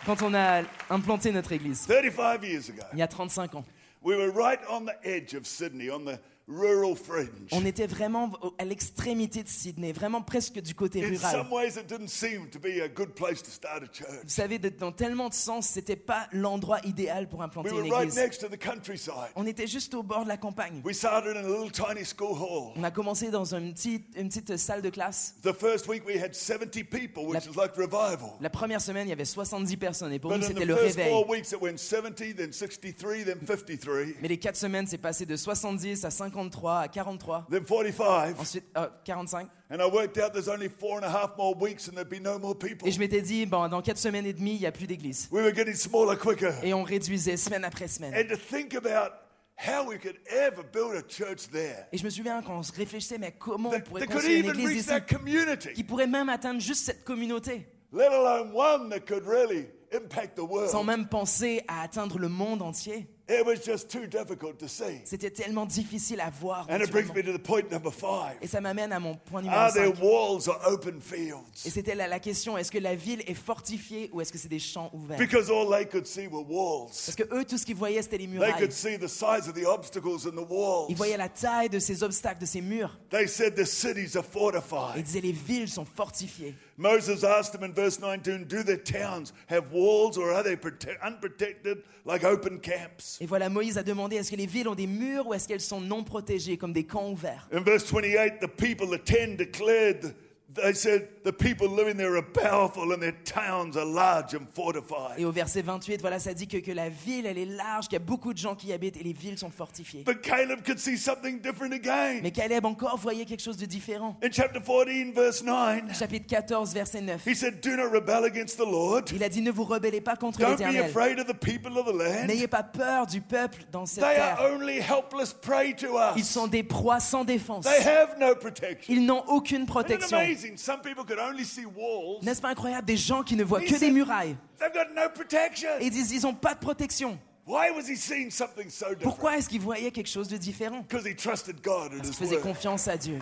S3: quand on a implanté notre église,
S2: 35 years ago,
S3: il y a 35 ans,
S2: we were right on the edge of Sydney, on the rural fringe.
S3: on était vraiment au- à l'extrémité de Sydney, vraiment presque du côté
S2: In
S3: rural.
S2: some ways, it didn't seem to be a good place to start a church.
S3: Vous savez, d'être dans tellement de sens, c'était pas l'endroit idéal pour implanter
S2: We were
S3: une
S2: right
S3: église.
S2: next to the countryside.
S3: On était juste au bord de la campagne.
S2: We started in a little tiny school hall.
S3: On a commencé dans une petite, une petite salle de classe.
S2: The first week we had 70 people, which is like revival.
S3: La première semaine, il y avait 70 personnes et pour nous,
S2: But in
S3: c'était
S2: the
S3: le
S2: first
S3: réveil. Mm.
S2: four weeks, it went 70, then 63, then 53,
S3: Mais les 4 semaines, c'est passé de 70 à 53 à 43,
S2: then 45.
S3: ensuite euh, 45.
S2: And I worked out there's only four and a half more weeks and there'd be no more people.
S3: Et je m'étais dit, bon, dans 4 semaines et demie, il n'y a plus d'église.
S2: We were getting smaller quicker.
S3: Et on réduisait semaine après semaine.
S2: And to think about how we could ever build a church there
S3: Et je me souviens quand on se réfléchissait, mais comment on
S2: that,
S3: pourrait
S2: that could
S3: construire une
S2: even
S3: église
S2: reach
S3: ici
S2: that community,
S3: qui pourrait même atteindre juste cette communauté,
S2: let alone one that could really impact the
S3: sans
S2: world.
S3: même penser à atteindre le monde entier.
S2: It was just too difficult to see.
S3: C'était tellement difficile à voir.
S2: And it brings
S3: naturellement.
S2: me Ah, to the point number five.
S3: Et ça m'amène à mon point numéro
S2: Are there
S3: 5.
S2: walls or open
S3: Et
S2: fields?
S3: c'était la, la question, est-ce que la ville est fortifiée ou est-ce que c'est des champs ouverts
S2: Because all they could see were walls.
S3: Parce que eux, tout ce qu'ils voyaient, c'était les
S2: They
S3: murailles.
S2: could see the size of the obstacles in the walls.
S3: Ils voyaient la taille de ces obstacles, de ces murs.
S2: They said the cities are
S3: Et ils
S2: fortified.
S3: disaient, les villes sont fortifiées.
S2: Moses asked them in verse 19, Do the towns have walls or are they prote- unprotected like open camps?
S3: Et voilà, Moïse a demandé, est-ce que les villes ont des murs ou est-ce qu'elles sont non protégées, comme des camps ouverts
S2: In verse 28, the people, the ten, declared, They said, The people living there are powerful and their towns are large and fortified.
S3: Et au verset 28, voilà, ça dit que, que la ville, elle est large, qu'il y a beaucoup de gens qui y habitent et les villes sont fortifiées.
S2: But Caleb could see something different again.
S3: Mais Caleb encore voyait quelque chose de différent.
S2: In chapter 14, verse 9,
S3: Chapitre 14, verset 9.
S2: he said, Do not rebel against the Lord.
S3: Il a dit, ne vous rebellez pas contre
S2: Don't be
S3: l'Éternel.
S2: afraid of the people of the land.
S3: N'ayez pas peur du peuple dans cette
S2: They are
S3: terre.
S2: only helpless prey to
S3: Ils
S2: us,
S3: sont des proies sans défense.
S2: they have no protection.
S3: Ils n'ont aucune
S2: Isn't it
S3: protection.
S2: amazing? Some people could only see walls.
S3: N'est-ce pas incroyable Des gens qui ne voient que
S2: He
S3: des
S2: said-
S3: murailles.
S2: They've got no
S3: Et
S2: protection.
S3: ils disent, ils n'ont pas de protection.
S2: Why was he seeing something so different?
S3: Pourquoi est-ce qu'ils voyaient quelque chose de différent
S2: Because he trusted God and
S3: Parce
S2: his
S3: qu'ils faisaient
S2: word.
S3: confiance à Dieu.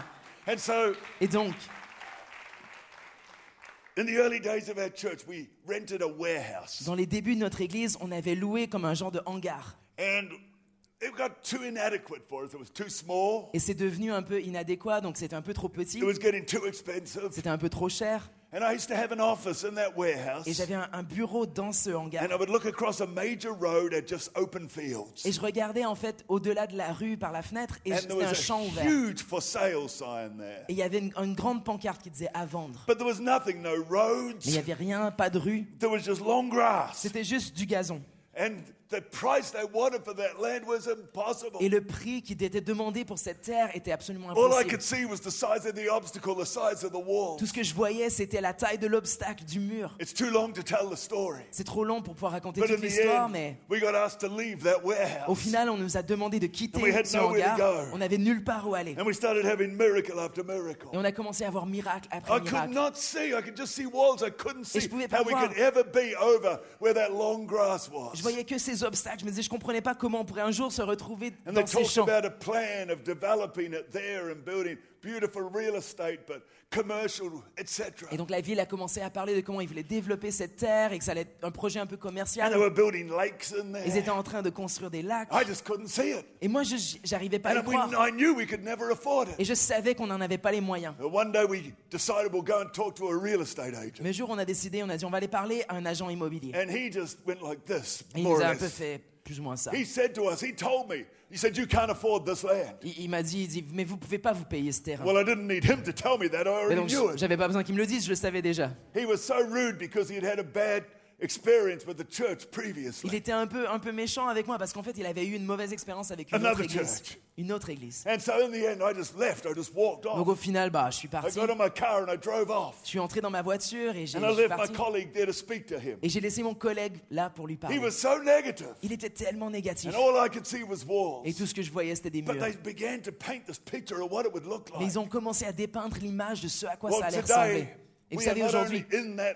S2: And so,
S3: Et donc,
S2: in the early days of our church, we rented a warehouse,
S3: dans les débuts de notre église, on avait loué comme un genre de hangar.
S2: and it got too inadequate for us. It was too small.
S3: Et c'est devenu un peu inadéquat, donc c'était un peu trop petit,
S2: It was getting too expensive.
S3: c'était un peu trop cher.
S2: And I used to have an office in that
S3: Et
S2: warehouse,
S3: j'avais un, un bureau dans ce hangar.
S2: and I would look across a major road at just open
S3: Et
S2: fields.
S3: je regardais en fait au-delà de la rue par la fenêtre et
S2: And there
S3: c'était un
S2: was a
S3: champ ouvert. Et
S2: huge for sale sign there.
S3: il y avait une, une grande pancarte qui disait à vendre.
S2: But there was nothing, no
S3: Mais il n'y
S2: roads.
S3: avait rien, pas de rue.
S2: There was just long grass.
S3: C'était juste du gazon.
S2: And the price they wanted for that land was
S3: Et
S2: impossible.
S3: le prix qui était demandé pour cette terre était absolument
S2: All I
S3: impossible.
S2: could see was the size of the obstacle, the size of the wall.
S3: Tout ce que je voyais, c'était la taille de l'obstacle, du mur.
S2: It's too long to tell the story.
S3: C'est trop long pour pouvoir raconter
S2: But
S3: toute
S2: in the
S3: l'histoire,
S2: end,
S3: mais
S2: we got asked to leave that
S3: au
S2: warehouse.
S3: final, on nous a demandé de
S2: And we
S3: quitter
S2: had
S3: ce
S2: nowhere to
S3: hangar.
S2: go.
S3: On n'avait nulle part où aller.
S2: And we started having miracle after
S3: Et
S2: miracle.
S3: on a commencé à voir miracle
S2: I
S3: après
S2: could
S3: miracle.
S2: not see. I could just see walls. I couldn't
S3: Et
S2: see
S3: je pouvais pas
S2: how we
S3: voir.
S2: could ever be over where that long grass
S3: Je
S2: was.
S3: voyais que ces obstacles. Je me disais, je comprenais pas comment on pourrait un jour se retrouver
S2: And they
S3: dans ces
S2: talked
S3: champs.
S2: about a plan of developing it there and building beautiful real estate, but commercial, etc.
S3: Et donc la ville a commencé à parler de comment ils voulaient développer cette terre et que ça allait être un projet un peu
S2: And they
S3: commercial.
S2: were building lakes in
S3: Ils étaient
S2: there.
S3: en train de construire des lacs.
S2: I just couldn't see it.
S3: Et moi, je j'arrivais pas à y
S2: And we,
S3: croire.
S2: I knew we could never afford
S3: Et
S2: it.
S3: je savais qu'on n'en avait pas les moyens.
S2: But one day we decided we'll go and talk to a real estate agent.
S3: Mais un jour, on a décidé, on a dit, on va aller parler à un agent immobilier.
S2: And he just went like this,
S3: Et il
S2: more
S3: nous
S2: or
S3: a un peu
S2: less.
S3: fait plus ou moins ça.
S2: He said to us, he told me, he said, you can't afford this land.
S3: Il, il m'a dit, il dit, mais vous pouvez pas vous payer ce terrain.
S2: Well, I didn't need him to tell me that. I
S3: Mais
S2: already
S3: donc,
S2: knew
S3: je-
S2: it.
S3: j'avais pas besoin qu'il me le dise, je le savais déjà.
S2: He was so rude because he'd had a bad experience with the church
S3: Il
S2: previously.
S3: était un peu, un peu méchant avec moi parce qu'en fait, il avait eu une mauvaise expérience avec une autre
S2: Another
S3: église.
S2: church.
S3: Une autre église.
S2: And so in the end, I just left. I just walked off.
S3: Donc au final, bah, je suis
S2: I
S3: parti.
S2: got in my car and I drove off.
S3: Je suis entré dans ma voiture et j'ai
S2: And I
S3: je suis
S2: left my
S3: parti.
S2: colleague there to speak to him.
S3: Et j'ai laissé mon collègue là pour lui
S2: He
S3: parler.
S2: was so negative,
S3: Il était tellement négatif.
S2: and all I could see was
S3: Et
S2: walls.
S3: tout ce que je voyais, c'était des
S2: But
S3: murs.
S2: they began to paint this picture of what it would look
S3: Mais
S2: like.
S3: ils ont commencé à dépeindre l'image de ce à quoi ça
S2: Well,
S3: allait
S2: today,
S3: ressembler. Et vous
S2: we are
S3: savez,
S2: not
S3: aujourd'hui,
S2: only in that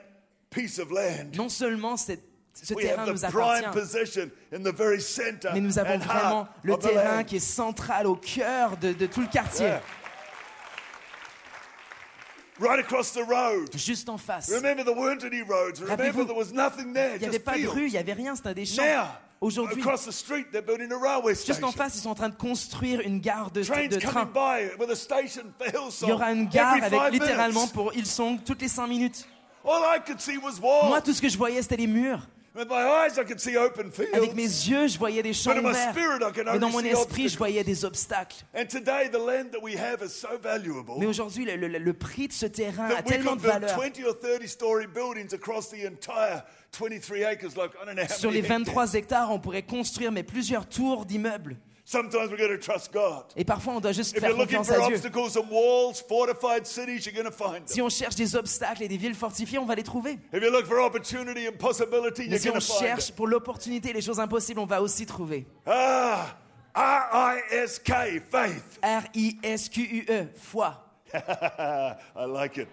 S2: piece of land,
S3: non seulement cette- ce
S2: we
S3: terrain
S2: have
S3: nous
S2: the prime
S3: appartient,
S2: position in the very center
S3: mais nous avons
S2: and
S3: vraiment
S2: heart
S3: le
S2: of the
S3: terrain
S2: land.
S3: qui est central au cœur de, de tout le quartier,
S2: Yeah. Right across the road.
S3: juste en face.
S2: Remember, there weren't any roads. Remember,
S3: Rappelez-vous,
S2: there was nothing there.
S3: Il n'y avait
S2: Just
S3: pas de rue,
S2: fields.
S3: il n'y avait rien, c'était des champs.
S2: Now,
S3: Aujourd'hui,
S2: across the street, they're building a railway
S3: juste
S2: station.
S3: en face, ils sont en train de construire une gare de,
S2: Trains
S3: de
S2: coming
S3: train.
S2: by with a station for Hillsong
S3: Il y aura une gare
S2: every
S3: avec
S2: five
S3: littéralement
S2: minutes.
S3: pour Hillsong toutes les 5 minutes.
S2: All I could see was
S3: Moi,
S2: walls.
S3: tout ce que je voyais, c'était les murs.
S2: With my eyes, I could see open
S3: Avec
S2: fields.
S3: mes yeux, je voyais des champs
S2: But in my
S3: verts.
S2: spirit, I can
S3: Mais dans
S2: only
S3: mon
S2: see
S3: esprit, je
S2: obstacles.
S3: voyais des obstacles.
S2: And today, the land that we have is so
S3: Mais
S2: valuable
S3: aujourd'hui, le, le- le prix de ce terrain a
S2: that we
S3: tellement
S2: could
S3: de
S2: build
S3: valeur.
S2: 20 or 30 story buildings across the entire 23 acres, like I don't know how
S3: Sur les
S2: many hectares.
S3: 23 hectares, on pourrait construire mais plusieurs tours d'immeubles.
S2: Sometimes we're going to trust God.
S3: Et parfois, on doit juste
S2: If
S3: faire
S2: you're looking
S3: confiance
S2: for
S3: à Dieu.
S2: obstacles and walls, fortified cities, you're going to find them.
S3: Si on cherche des obstacles et des villes fortifiées, on va les trouver.
S2: If you look for opportunity and possibility, you're
S3: Mais si
S2: going
S3: on
S2: to find
S3: cherche
S2: it.
S3: pour l'opportunité et les choses impossibles, on va aussi trouver.
S2: Ah, R-I-S-K, faith.
S3: R-I-S-Q-U-E, E, foi.
S2: I like it.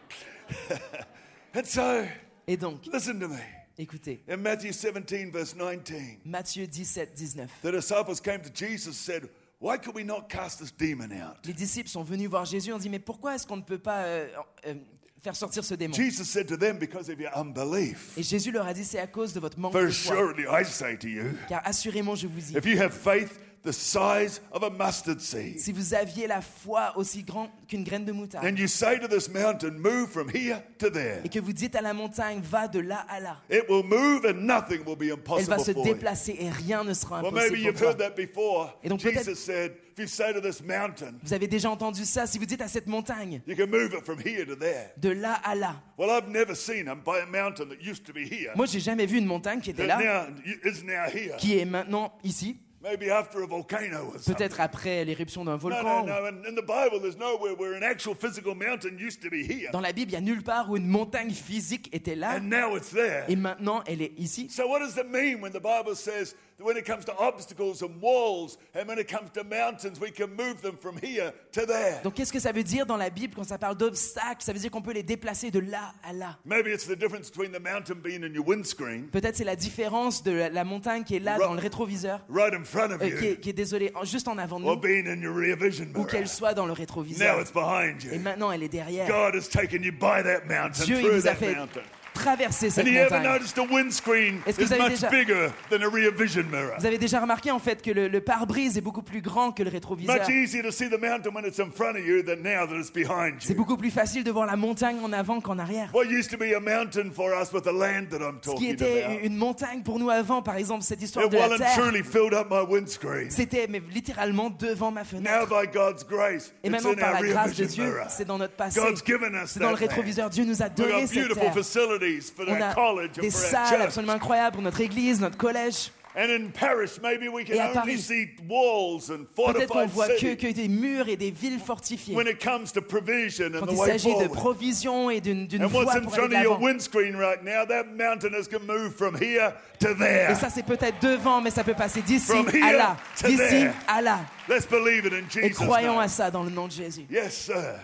S2: and so,
S3: Et donc,
S2: listen to me.
S3: écoutez,
S2: In Matthew 17, verse 19,
S3: Matthieu 17, 19.
S2: the disciples came to Jesus and said, Why could we not cast this demon out?
S3: Les disciples sont venus voir Jésus et ont dit Mais pourquoi est-ce qu'on ne peut pas euh, euh, faire sortir ce démon
S2: Jesus said to them, Because of your unbelief.
S3: Et Jésus leur a dit C'est à cause de votre manque de
S2: For
S3: foi.
S2: surely I say to you,
S3: Car assurément, je vous dis,
S2: if you have faith the size of a mustard seed,
S3: si vous aviez la foi aussi grande qu'une graine de moutarde,
S2: and you say to this mountain, Move from here to there,
S3: et que vous dites à la montagne, va de là à là.
S2: it will move and nothing will be
S3: Elle va
S2: impossible
S3: se
S2: for you.
S3: déplacer et rien ne sera
S2: Well, maybe
S3: impossible
S2: you've
S3: pour
S2: heard
S3: toi.
S2: that before.
S3: Et donc, peut-être-
S2: Jesus said, if you say to this mountain,
S3: Vous avez déjà entendu ça, si vous dites à cette montagne,
S2: you can move it from here to there.
S3: de là à là.
S2: Well, I've never seen him by a mountain that used to be here,
S3: Moi, j'ai jamais vu une montagne qui était
S2: that
S3: là,
S2: now is now here.
S3: qui est maintenant ici,
S2: Maybe after a volcano or something.
S3: peut-être après l'éruption
S2: No,
S3: d'un
S2: no,
S3: volcan. ou-
S2: no. And in the Bible, there's nowhere where an actual physical mountain used to be here,
S3: Dans la Bible, il n'y a nulle part où une montagne physique était là,
S2: and now it's there.
S3: et maintenant elle est ici.
S2: So, what does it mean when the Bible says that when it comes to obstacles and walls, and when it comes to mountains, we can move them from here to there?
S3: Donc qu'est-ce que ça veut dire dans la Bible quand ça parle d'obstacles Ça veut dire qu'on peut les déplacer de là à là.
S2: Maybe it's the difference between the mountain being in your windscreen
S3: Peut-être c'est la différence de la, la montagne qui est là
S2: Ro-
S3: dans le rétroviseur,
S2: right in front of
S3: euh, qui,
S2: you
S3: est, qui est, désolé, en- juste en avant de
S2: or
S3: nous,
S2: being in your rear vision
S3: ou
S2: mirror.
S3: qu'elle soit dans le
S2: Now
S3: rétroviseur.
S2: it's behind
S3: Et
S2: you.
S3: maintenant elle est derrière.
S2: God has taken you by that mountain,
S3: Dieu il
S2: through
S3: vous a
S2: that
S3: fait
S2: mountain.
S3: traverser cette
S2: And you ever
S3: montagne.
S2: noticed the windscreen
S3: Est-ce que
S2: is
S3: vous avez
S2: much
S3: déjà-
S2: bigger than a rear vision mirror?
S3: Vous avez déjà remarqué en fait que le, le pare-brise est beaucoup plus grand que le rétroviseur.
S2: Much easier to see the mountain when it's in front of you than now that it's behind
S3: C'est
S2: you.
S3: beaucoup plus facile de voir la montagne en avant qu'en arrière.
S2: What used to be a mountain for us with the land that I'm
S3: Ce
S2: talking
S3: qui était
S2: about,
S3: une montagne pour nous avant, par exemple cette histoire
S2: it
S3: de
S2: well
S3: la
S2: and
S3: terre,
S2: truly filled up my windscreen.
S3: c'était mais littéralement devant ma
S2: Now,
S3: fenêtre.
S2: by God's grace,
S3: Et
S2: it's
S3: maintenant
S2: in
S3: par
S2: our
S3: la
S2: rear
S3: grâce de
S2: vision
S3: Dieu,
S2: mirror.
S3: c'est dans notre passé.
S2: God's given us
S3: C'est dans le
S2: that land.
S3: rétroviseur. Dieu nous a
S2: We've
S3: donné
S2: got
S3: cette
S2: beautiful
S3: terre.
S2: facilities for
S3: On
S2: our
S3: a
S2: college
S3: des
S2: and for our
S3: salles
S2: church.
S3: absolument incroyables pour notre église, notre collège.
S2: And in Paris, maybe we can
S3: Et à
S2: only
S3: Paris.
S2: see walls and
S3: Peut-être qu'on
S2: fortified
S3: voit que,
S2: cities
S3: que des murs et des villes fortifiées.
S2: when it comes to provision
S3: Quand
S2: and the
S3: il
S2: way
S3: s'agit de
S2: forward.
S3: provisions et d'une d'une
S2: And
S3: foi
S2: what's in
S3: pour aller
S2: front
S3: de
S2: of your
S3: l'avant.
S2: windscreen right now, that mountain is going to move from here to
S3: Et
S2: there.
S3: ça, c'est peut-être devant, mais ça peut passer d'ici
S2: From here
S3: à là,
S2: to
S3: d'ici
S2: there.
S3: à là.
S2: Let's believe it in
S3: Et
S2: Jesus'
S3: croyons
S2: name.
S3: à ça dans le nom de Jésus.
S2: Yes, sir.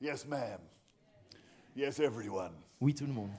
S2: Yes, ma'am. Yes, everyone.
S3: Oui, tout le monde.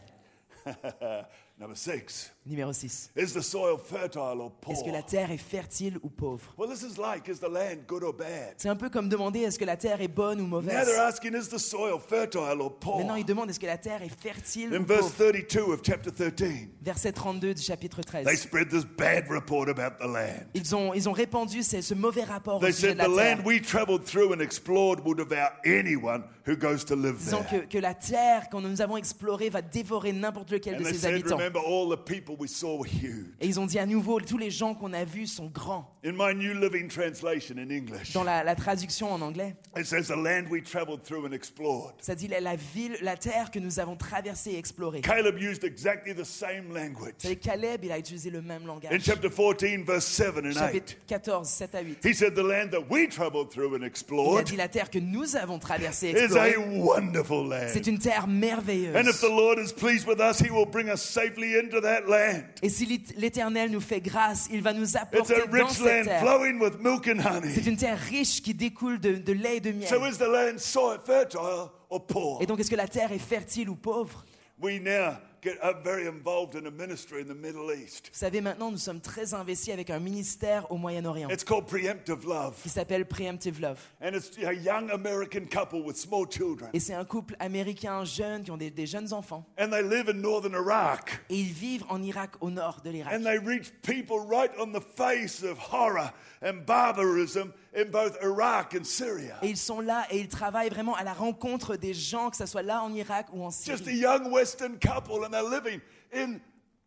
S2: Number six,
S3: Numéro 6.
S2: is the soil fertile or
S3: Est-ce que la
S2: poor?
S3: terre est fertile ou pauvre
S2: Well, this is like, is the land good or bad?
S3: C'est un peu comme demander est-ce que la terre est bonne ou
S2: Now they're
S3: mauvaise.
S2: asking, is the soil fertile or
S3: Maintenant,
S2: poor?
S3: il demande est-ce que la terre est fertile
S2: In
S3: ou
S2: verse
S3: pauvre.
S2: 32 of chapter 13,
S3: Verset 32 du chapitre
S2: they
S3: 13.
S2: spread this bad report about the land.
S3: Ils ont, ils ont répandu ce, ce mauvais rapport au
S2: They
S3: sujet
S2: said,
S3: de
S2: the
S3: la terre.
S2: land we traveled through and explored will devour anyone who goes to live
S3: Disant
S2: there.
S3: que, que la terre que nous avons explorée va dévorer n'importe lequel de
S2: And they
S3: ses
S2: said,
S3: habitants.
S2: remember, all the people we saw were huge.
S3: Et ils ont dit à nouveau, tous les gens qu'on a vus sont grands.
S2: In my New Living Translation in English,
S3: Dans la, la traduction en anglais,
S2: it says, the land we traveled through and explored.
S3: ça dit la, la ville, la terre que nous avons traversée et explorée.
S2: Caleb used exactly the same language.
S3: Vous savez, Caleb, il a utilisé le même
S2: In
S3: langage.
S2: chapter 14, verse 7 and 8,
S3: Chapitre 14, 7 à 8.
S2: he said, The land that we traveled through and
S3: Il a
S2: explored
S3: dit la terre que nous avons traversée et
S2: is a
S3: explorée,
S2: wonderful
S3: c'est
S2: land.
S3: une terre
S2: And if
S3: merveilleuse.
S2: the Lord is pleased with us, he will bring us safely into that land.
S3: Et si l'It- l'Éternel nous fait grâce, il va nous
S2: It's
S3: apporter
S2: a
S3: dans
S2: rich
S3: cette
S2: land
S3: terre.
S2: flowing with milk and
S3: C'est
S2: honey.
S3: une terre riche qui découle de, de lait et de miel.
S2: So is the land soil fertile or poor?
S3: Et donc, est-ce que la terre est fertile ou pauvre
S2: We now get are very involved in a ministry in the Middle East.
S3: Vous savez, maintenant, nous sommes très investis avec un ministère au Moyen-Orient
S2: It's called preemptive love.
S3: qui s'appelle Preemptive Love.
S2: And it's a young American couple with small children.
S3: Et c'est un couple américain jeune qui ont des, des jeunes enfants.
S2: And they live in northern Iraq.
S3: Et ils vivent en Irak, au nord de l'Irak.
S2: And they reach people right on the face of horror and barbarism in both Iraq and Syria.
S3: Et ils sont là et ils travaillent vraiment à la rencontre des gens, que ce soit là en Irak ou en
S2: Just a
S3: Syrie.
S2: young Western couple, and they're living in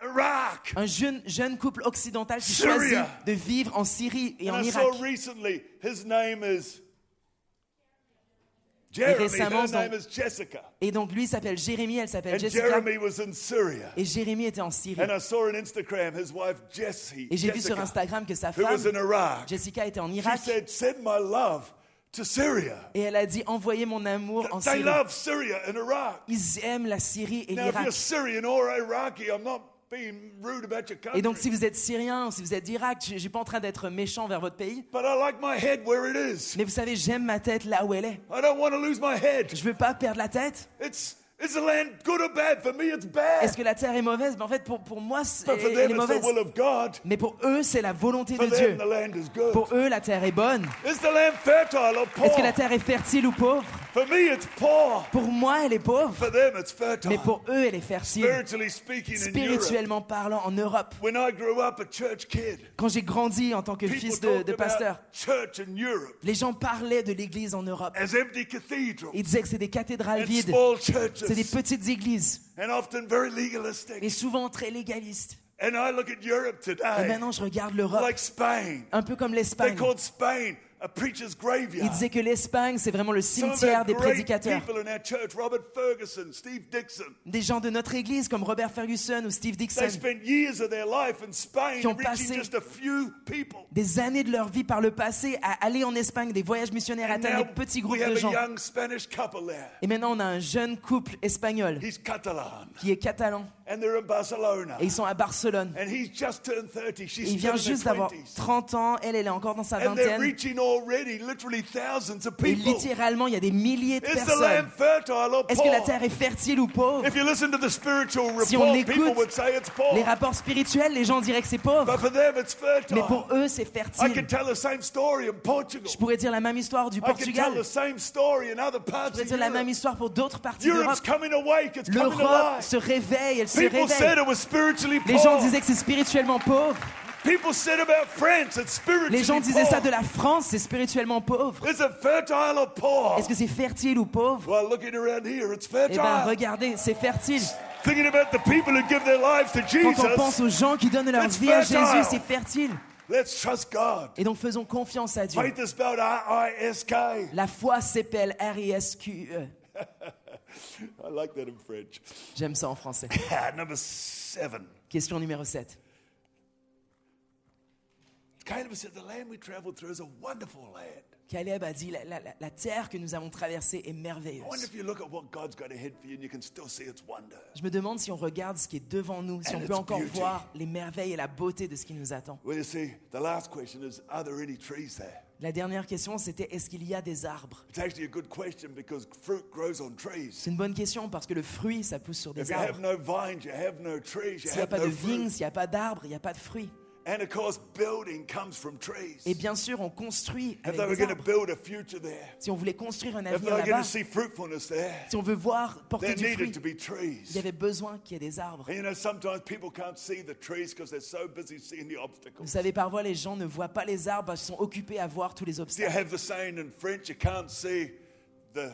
S2: Iraq.
S3: Un jeune, jeune couple occidental qui
S2: Syria.
S3: choisit de vivre en Syrie et
S2: And
S3: en
S2: I
S3: Irak.
S2: saw recently his name is
S3: Et
S2: Jeremy.
S3: récemment,
S2: Her
S3: dans-
S2: name is Jessica.
S3: Et donc lui s'appelle Jérémy, elle s'appelle
S2: And
S3: Jessica.
S2: Jeremy was in Syria.
S3: Et Jérémy était en Syrie.
S2: And I saw on Instagram his wife Jessie.
S3: Et j'ai vu sur
S2: Jessica,
S3: Instagram que sa
S2: who
S3: femme,
S2: was in Iraq.
S3: Jessica, était en
S2: She
S3: Irak.
S2: said, Send my love to Syria.
S3: Et elle a dit envoyez mon amour en
S2: They
S3: Syrie.
S2: love Syria and Iraq.
S3: Ils aiment la Syrie et
S2: Now, if you're
S3: l'Irak.
S2: Syrian or Iraqi, I'm not being rude about your country.
S3: Et donc si vous êtes syrien ou si vous êtes d'Irak, je je suis pas en train d'être méchant vers votre pays.
S2: But I like my head where it is.
S3: Mais vous savez, j'aime ma tête là où elle est.
S2: I don't want to lose my head.
S3: Je veux pas perdre la tête.
S2: It's is the land good or bad? For me, it's bad.
S3: Est-ce que la terre est mauvaise Mais En fait, pour, pour moi, c'est-
S2: But for
S3: elle
S2: them,
S3: est
S2: it's the
S3: mauvaise.
S2: will of God.
S3: Mais pour eux, c'est la volonté
S2: For
S3: de
S2: them,
S3: Dieu.
S2: the land is good.
S3: Pour eux, la terre est bonne.
S2: Is the land fertile or
S3: Est-ce que la
S2: poor?
S3: terre est fertile ou pauvre
S2: For me, it's poor.
S3: Pour moi, elle est pauvre.
S2: For them, it's
S3: Mais
S2: fertile.
S3: pour eux, elle est fertile.
S2: Spiritually speaking, in Europe,
S3: Spirituellement parlant, en Europe,
S2: when I grew up a church kid,
S3: quand j'ai grandi en tant que
S2: people
S3: fils de,
S2: talked
S3: de pasteur,
S2: about church in Europe
S3: les gens parlaient de l'église en Europe.
S2: as empty cathedrals
S3: Ils disaient que c'est des cathédrales
S2: and
S3: vides,
S2: small
S3: c'est des
S2: churches,
S3: petites églises,
S2: and often very legalistic.
S3: et souvent très légalistes.
S2: And I look at Europe
S3: Et
S2: today,
S3: maintenant, je regarde l'Europe,
S2: like Spain.
S3: un peu comme
S2: They
S3: l'Espagne.
S2: called Spain a preacher's
S3: Ils
S2: graveyard.
S3: disaient que l'Espagne, c'est vraiment le
S2: Some of our
S3: cimetière des
S2: great
S3: prédicateurs.
S2: people in our church, Robert Ferguson, Steve Dixon,
S3: Des gens de notre église, comme Robert Ferguson ou Steve
S2: they
S3: Dixon,
S2: spent years of their life in Spain
S3: Qui ont
S2: reaching
S3: passé-
S2: just a few people.
S3: des années de leur vie par le passé à aller en Espagne, des voyages missionnaires,
S2: And
S3: atteindre
S2: now
S3: des petits
S2: we
S3: groupes de
S2: have a
S3: gens.
S2: young Spanish couple there.
S3: Et maintenant, on a un jeune couple espagnol
S2: He's Catalan,
S3: qui est catalan,
S2: and they're in Barcelona.
S3: et ils sont à Barcelone.
S2: And he's just turned 30. She's
S3: Il vient
S2: still in
S3: juste
S2: her
S3: d'avoir
S2: 20s.
S3: 30 ans, elle, elle est encore dans sa
S2: And they're
S3: vingtaine.
S2: reaching already literally thousands of
S3: Et
S2: people.
S3: littéralement, il y a des milliers de
S2: Is the land
S3: personnes.
S2: fertile or
S3: Est-ce que la
S2: poor?
S3: terre est fertile ou pauvre
S2: If you listen to the spiritual report,
S3: Si on l'écoute,
S2: people would say it's
S3: Les
S2: poor.
S3: rapports spirituels, les gens diraient que c'est
S2: But
S3: pauvre,
S2: for them, it's fertile.
S3: mais pour eux, c'est
S2: I can
S3: fertile.
S2: tell the same story in Portugal.
S3: Je pourrais dire la même histoire du
S2: I can tell
S3: Portugal.
S2: the same story in other
S3: Je
S2: parts
S3: pourrais
S2: of
S3: dire la même
S2: Europe.
S3: histoire pour d'autres parties
S2: Europe's
S3: d'Europe.
S2: coming awake. It's coming
S3: L'Europe
S2: alive.
S3: se réveille, elle se
S2: People said
S3: réveille.
S2: it was spiritually poor.
S3: Les gens disaient que c'est spirituellement pauvre.
S2: People said about France, it's spiritually
S3: Les gens disaient
S2: poor.
S3: ça de la France, c'est spirituellement pauvre.
S2: Is it fertile or poor?
S3: Est-ce que c'est fertile ou pauvre
S2: Well, looking around here, it's
S3: Eh
S2: fertile.
S3: bien, regardez, c'est fertile.
S2: Thinking about the people who give their lives to
S3: Quand on pense
S2: Jesus,
S3: aux gens qui donnent leur
S2: It's
S3: vie à
S2: fertile.
S3: Jésus, c'est fertile.
S2: let's trust God.
S3: Et donc, faisons confiance à Dieu.
S2: Faith is spelled R-I-S-K.
S3: La foi s'appelle R-I-S-Q-E.
S2: I like that in French.
S3: J'aime ça en français.
S2: Number seven.
S3: Question numéro 7.
S2: Caleb said, The land we traveled through is a wonderful land.
S3: Caleb a dit, la, la- la- la terre que nous avons traversée est
S2: I wonder
S3: merveilleuse.
S2: if you look at what God's got ahead for you and you can still see its wonder.
S3: Je me demande si on regarde ce qui est devant nous, si
S2: And
S3: on
S2: its
S3: peut encore
S2: beauty.
S3: voir les merveilles et la beauté de ce qui nous attend.
S2: Well, you see, the last question is Are there any trees there?
S3: La dernière question, c'était est-ce qu'il y a des arbres
S2: It's actually a good question because fruit grows on trees.
S3: C'est une bonne question parce que le fruit, ça pousse sur
S2: If
S3: des
S2: you have
S3: arbres.
S2: no vines, you have no trees, you
S3: S'il n'y a
S2: have
S3: pas de
S2: no
S3: vignes,
S2: fruit.
S3: s'il n'y a pas d'arbres, il n'y a pas de fruits.
S2: And of course, building comes from trees.
S3: Et Eh bien sûr, on construit
S2: If
S3: avec
S2: they were
S3: des
S2: going to
S3: arbres.
S2: build a future there,
S3: Si on voulait construire un
S2: if they
S3: avenir
S2: were going
S3: là-bas,
S2: to see fruitfulness there,
S3: si on veut voir
S2: there
S3: porter du
S2: needed
S3: fruit,
S2: to be
S3: il y
S2: trees.
S3: avait besoin qu'il y ait des arbres.
S2: And you know, sometimes people can't see the trees because they're so busy seeing the
S3: Vous
S2: obstacles.
S3: savez, parfois, les gens ne voient pas les arbres parce qu'ils sont occupés à voir tous les
S2: Do you
S3: obstacles.
S2: have the saying in French, you can't see the,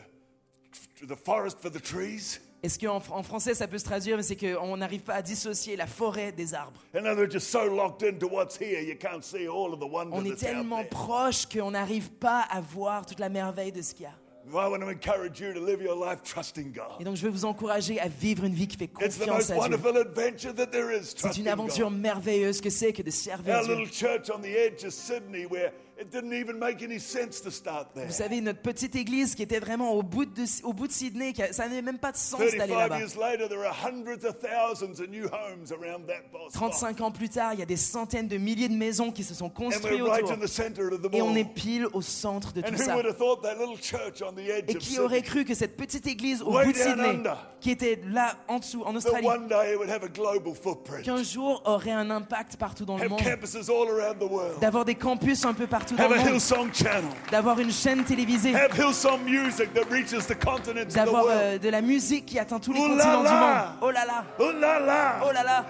S2: the forest for the trees?
S3: Est-ce qu'en fr- en français, ça peut se traduire, mais c'est qu'on n'arrive pas à dissocier la forêt des arbres.
S2: In other words, you're so locked into what's here, you can't see all of the wonder
S3: On est
S2: that's out
S3: tellement
S2: there.
S3: proche qu'on n'arrive pas à voir toute la merveille de ce qu'il y a.
S2: I want to encourage you to live your life trusting
S3: Et
S2: God.
S3: donc, je veux vous encourager à vivre une vie qui fait
S2: It's the
S3: confiance
S2: most
S3: à Dieu.
S2: wonderful adventure that there is.
S3: C'est
S2: Trusting
S3: une aventure
S2: God.
S3: merveilleuse que c'est que de servir
S2: Our
S3: Dieu.
S2: little church on the edge of Sydney, where it didn't even make any sense to start there.
S3: Vous savez, notre petite église qui était vraiment au bout de, au bout de Sydney, qui a- ça n'avait même pas de sens d'aller
S2: 35
S3: là-bas.
S2: years later, there are hundreds of thousands of new homes around that boss.
S3: 35 ans plus tard, il y a des centaines de milliers de maisons qui se sont
S2: And
S3: construites
S2: we're right
S3: autour.
S2: in the center of the
S3: Et on
S2: mall.
S3: est pile au centre de
S2: And
S3: tout
S2: who
S3: ça.
S2: would have thought that little church on the edge
S3: Et
S2: of
S3: qui aurait
S2: Sydney,
S3: cru que cette petite église au
S2: Way
S3: bout de
S2: down
S3: Sydney,
S2: under.
S3: qui était là en dessous, en
S2: that
S3: Australie,
S2: one day it would have a global footprint,
S3: qu'un jour aurait un impact partout dans le
S2: have
S3: monde,
S2: campuses all around the world,
S3: d'avoir des campus un peu partout dans
S2: have a
S3: le monde,
S2: Hillsong channel,
S3: d'avoir une chaîne télévisée,
S2: have Hillsong music that reaches the continents of the
S3: d'avoir
S2: world.
S3: euh, de la musique qui atteint tous les
S2: Oh là
S3: continents du
S2: là.
S3: monde. Oh là là,
S2: Oh la la!
S3: oh là là.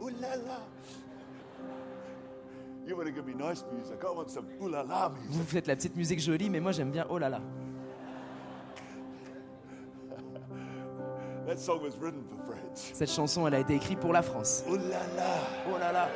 S2: Ooh la la. You want to give me nice music? I want some ooh la la music.
S3: Vous faites la petite musique jolie, mais moi j'aime bien oh là là.
S2: That song was written for friends.
S3: Cette chanson, elle a été écrite pour la France.
S2: Ooh la la.
S3: Oh là là.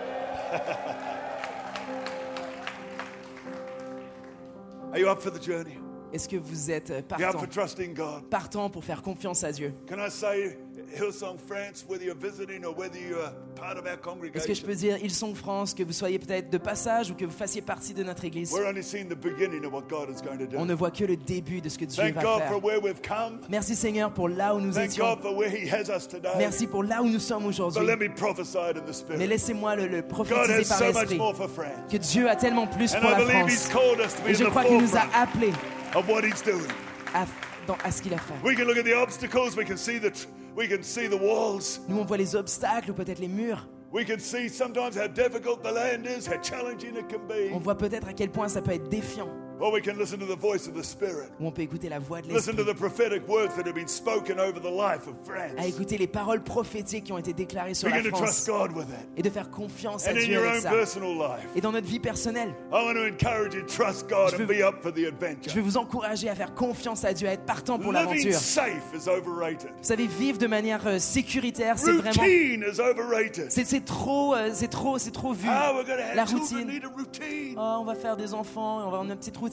S2: Are you up for the journey?
S3: Est-ce que vous êtes euh,
S2: You up
S3: partant,
S2: for trusting God?
S3: partant pour faire confiance à Dieu
S2: Can I say, Hillsong France, whether you're visiting or whether you are part of our
S3: Est-ce que je
S2: congregation,
S3: peux dire, ils sont France, que vous soyez peut-être de passage ou que vous fassiez partie de notre église
S2: we're only seeing the beginning of what God is going to
S3: On
S2: do.
S3: ne voit que le début de ce que Dieu
S2: Thank
S3: va
S2: God for
S3: faire.
S2: where we've come.
S3: Merci Seigneur pour là où nous
S2: Thank
S3: étions.
S2: God for where He has us today.
S3: Merci pour là où nous sommes
S2: But
S3: aujourd'hui.
S2: let me prophesy it in the
S3: Mais
S2: Spirit.
S3: laissez-moi le, le
S2: God
S3: prophétiser
S2: has
S3: par
S2: so much
S3: l'Esprit.
S2: more for France.
S3: Que Dieu a tellement plus
S2: And
S3: pour
S2: I
S3: la
S2: believe He's
S3: France.
S2: called us to be
S3: Et
S2: in
S3: je
S2: the
S3: crois qu'il nous a
S2: forefront
S3: appelés
S2: of what He's doing.
S3: à, dans- à ce qu'il a fait.
S2: We can look at the obstacles, we can see the, tr- we can see the walls,
S3: Nous, on voit les obstacles ou peut-être les murs.
S2: we can see sometimes how difficult the land is, how challenging it can be.
S3: On voit peut-être à quel point ça peut être défiant.
S2: Or we can listen to the voice of the Spirit.
S3: Ou on peut écouter la voix de
S2: Listen to
S3: l'Esprit.
S2: the prophetic words that have been spoken over the life of
S3: À
S2: France.
S3: écouter les paroles prophétiques qui ont été déclarées sur la
S2: Begin to trust
S3: France.
S2: God with it.
S3: Et de faire confiance à
S2: And in
S3: Dieu
S2: your
S3: avec
S2: own
S3: ça.
S2: personal life,
S3: Et dans notre vie personnelle,
S2: I want to encourage you to trust God
S3: Je
S2: and
S3: veux-
S2: be up for the
S3: je vais
S2: adventure.
S3: vous encourager à faire confiance à Dieu, à être partant pour
S2: Living
S3: l'aventure.
S2: safe is overrated.
S3: Vous savez, vivre de manière euh, sécuritaire, c'est vraiment.
S2: Routine is overrated.
S3: C'est c'est trop, euh, c'est trop, c'est trop vu.
S2: Ah, we're going to
S3: La
S2: have children
S3: routine.
S2: need a routine.
S3: Ah, on va faire des enfants, et on va avoir une petite routine.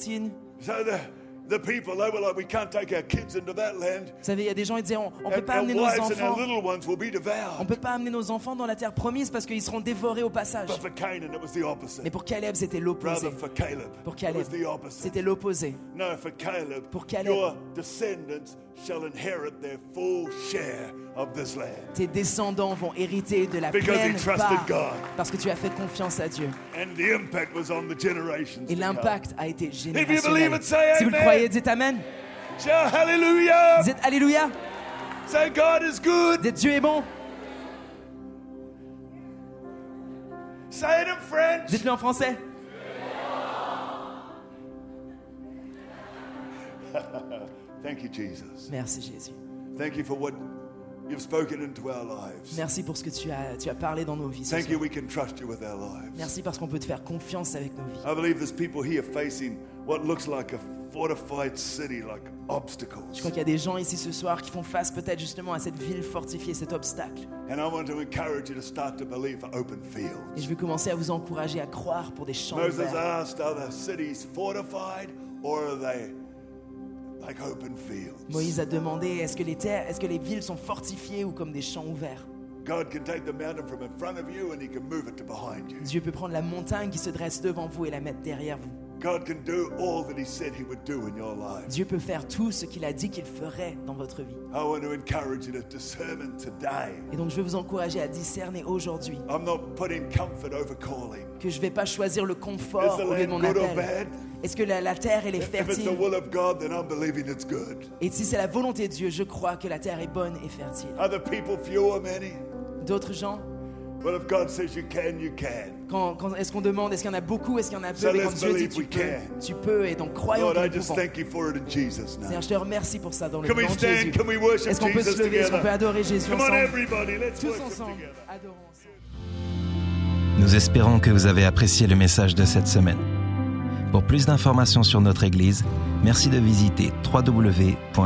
S2: So the, the people, they were like, we can't take our kids into that land.
S3: Vous savez, il y a des gens qui disaient on, on peut
S2: And
S3: pas
S2: our
S3: amener nos
S2: wives and our
S3: enfants,
S2: little ones will be
S3: on
S2: devoured.
S3: peut pas amener nos enfants dans la terre promise parce qu'ils seront dévorés au passage.
S2: But for Canaan, it was the
S3: Mais
S2: opposite.
S3: pour Caleb, c'était
S2: Rather,
S3: l'opposé.
S2: for Caleb,
S3: Pour
S2: it
S3: Caleb,
S2: was the opposite.
S3: c'était l'opposé.
S2: No, for Caleb,
S3: Pour Caleb.
S2: your descendants shall inherit their full share of this land.
S3: Tes descendants vont hériter de la
S2: Because he
S3: pleine
S2: trusted
S3: part
S2: God.
S3: parce que tu as fait confiance à Dieu.
S2: And the impact was on the generations. to
S3: Et
S2: come.
S3: l'impact a été
S2: believe
S3: générationnel.
S2: it, say
S3: Si vous le
S2: amen.
S3: croyez, dites Amen.
S2: Shout hallelujah!
S3: Dites Alléluia.
S2: Say God is good.
S3: Dites Dieu est bon.
S2: Say it in French.
S3: Dites-le en français.
S2: Thank you, Jesus.
S3: Merci Jésus.
S2: Thank you for what you've spoken into our lives.
S3: Merci pour ce que tu as, tu as parlé dans nos vies. ce
S2: Thank
S3: soir.
S2: you, we can trust you with our lives.
S3: Merci parce qu'on peut te faire confiance avec nos vies.
S2: I believe there's people here facing what looks like a fortified city, like obstacles.
S3: Je crois qu'il y a des gens ici ce soir qui font face peut-être justement à cette ville fortifiée, cet obstacle.
S2: And I want to encourage you to start to believe for open fields.
S3: Et je vais commencer à vous encourager à croire pour des champs
S2: Moses
S3: ouverts.
S2: asked, Are the cities fortified or are they like open fields?
S3: Moïse a demandé est-ce que les terres, est-ce que les villes sont fortifiées ou comme des champs ouverts
S2: God can take the mountain from in front of you and He can move it to behind you.
S3: Dieu peut prendre la montagne qui se dresse devant vous et la mettre derrière vous.
S2: God can do all that He said He would do in your life.
S3: Dieu peut faire tout ce qu'il a dit qu'il ferait dans votre vie.
S2: I want to encourage you to discern today.
S3: Et donc je veux vous encourager à discerner aujourd'hui
S2: I'm not putting comfort over calling.
S3: que je ne vais pas choisir le
S2: Is
S3: confort
S2: the
S3: au lieu de
S2: land
S3: mon
S2: good or
S3: appel.
S2: bad?
S3: Est-ce que la, la terre elle est
S2: If it's the
S3: fertile
S2: will of God, then I'm believing it's good.
S3: Et si c'est la volonté de Dieu, je crois que la terre est bonne et fertile.
S2: Other people, few or many.
S3: D'autres gens,
S2: But if God says you can, you can.
S3: quand, quand- est-ce qu'on demande Est-ce qu'il y en a beaucoup Est-ce qu'il y en a peu
S2: So
S3: Mais quand
S2: let's
S3: Dieu dit
S2: believe
S3: tu
S2: we
S3: peux,
S2: can.
S3: tu peux, et donc
S2: Lord,
S3: croyons que
S2: I
S3: nous
S2: just
S3: pouvons.
S2: thank you for it in Jesus' name.
S3: Seigneur, je te remercie pour ça dans le
S2: Can
S3: nom
S2: we
S3: de
S2: stand?
S3: Jésus.
S2: Can we worship
S3: Est-ce qu'on peut
S2: Jesus
S3: se lever Est-ce qu'on peut
S2: together?
S3: adorer Jésus
S2: Come on,
S3: ensemble
S2: everybody, let's
S3: Tous
S2: worship
S3: ensemble,
S2: together.
S3: adorons ensemble.
S1: Nous espérons que vous avez apprécié le message de cette semaine. Pour plus d'informations sur notre Église, merci de visiter www.ilson.fr.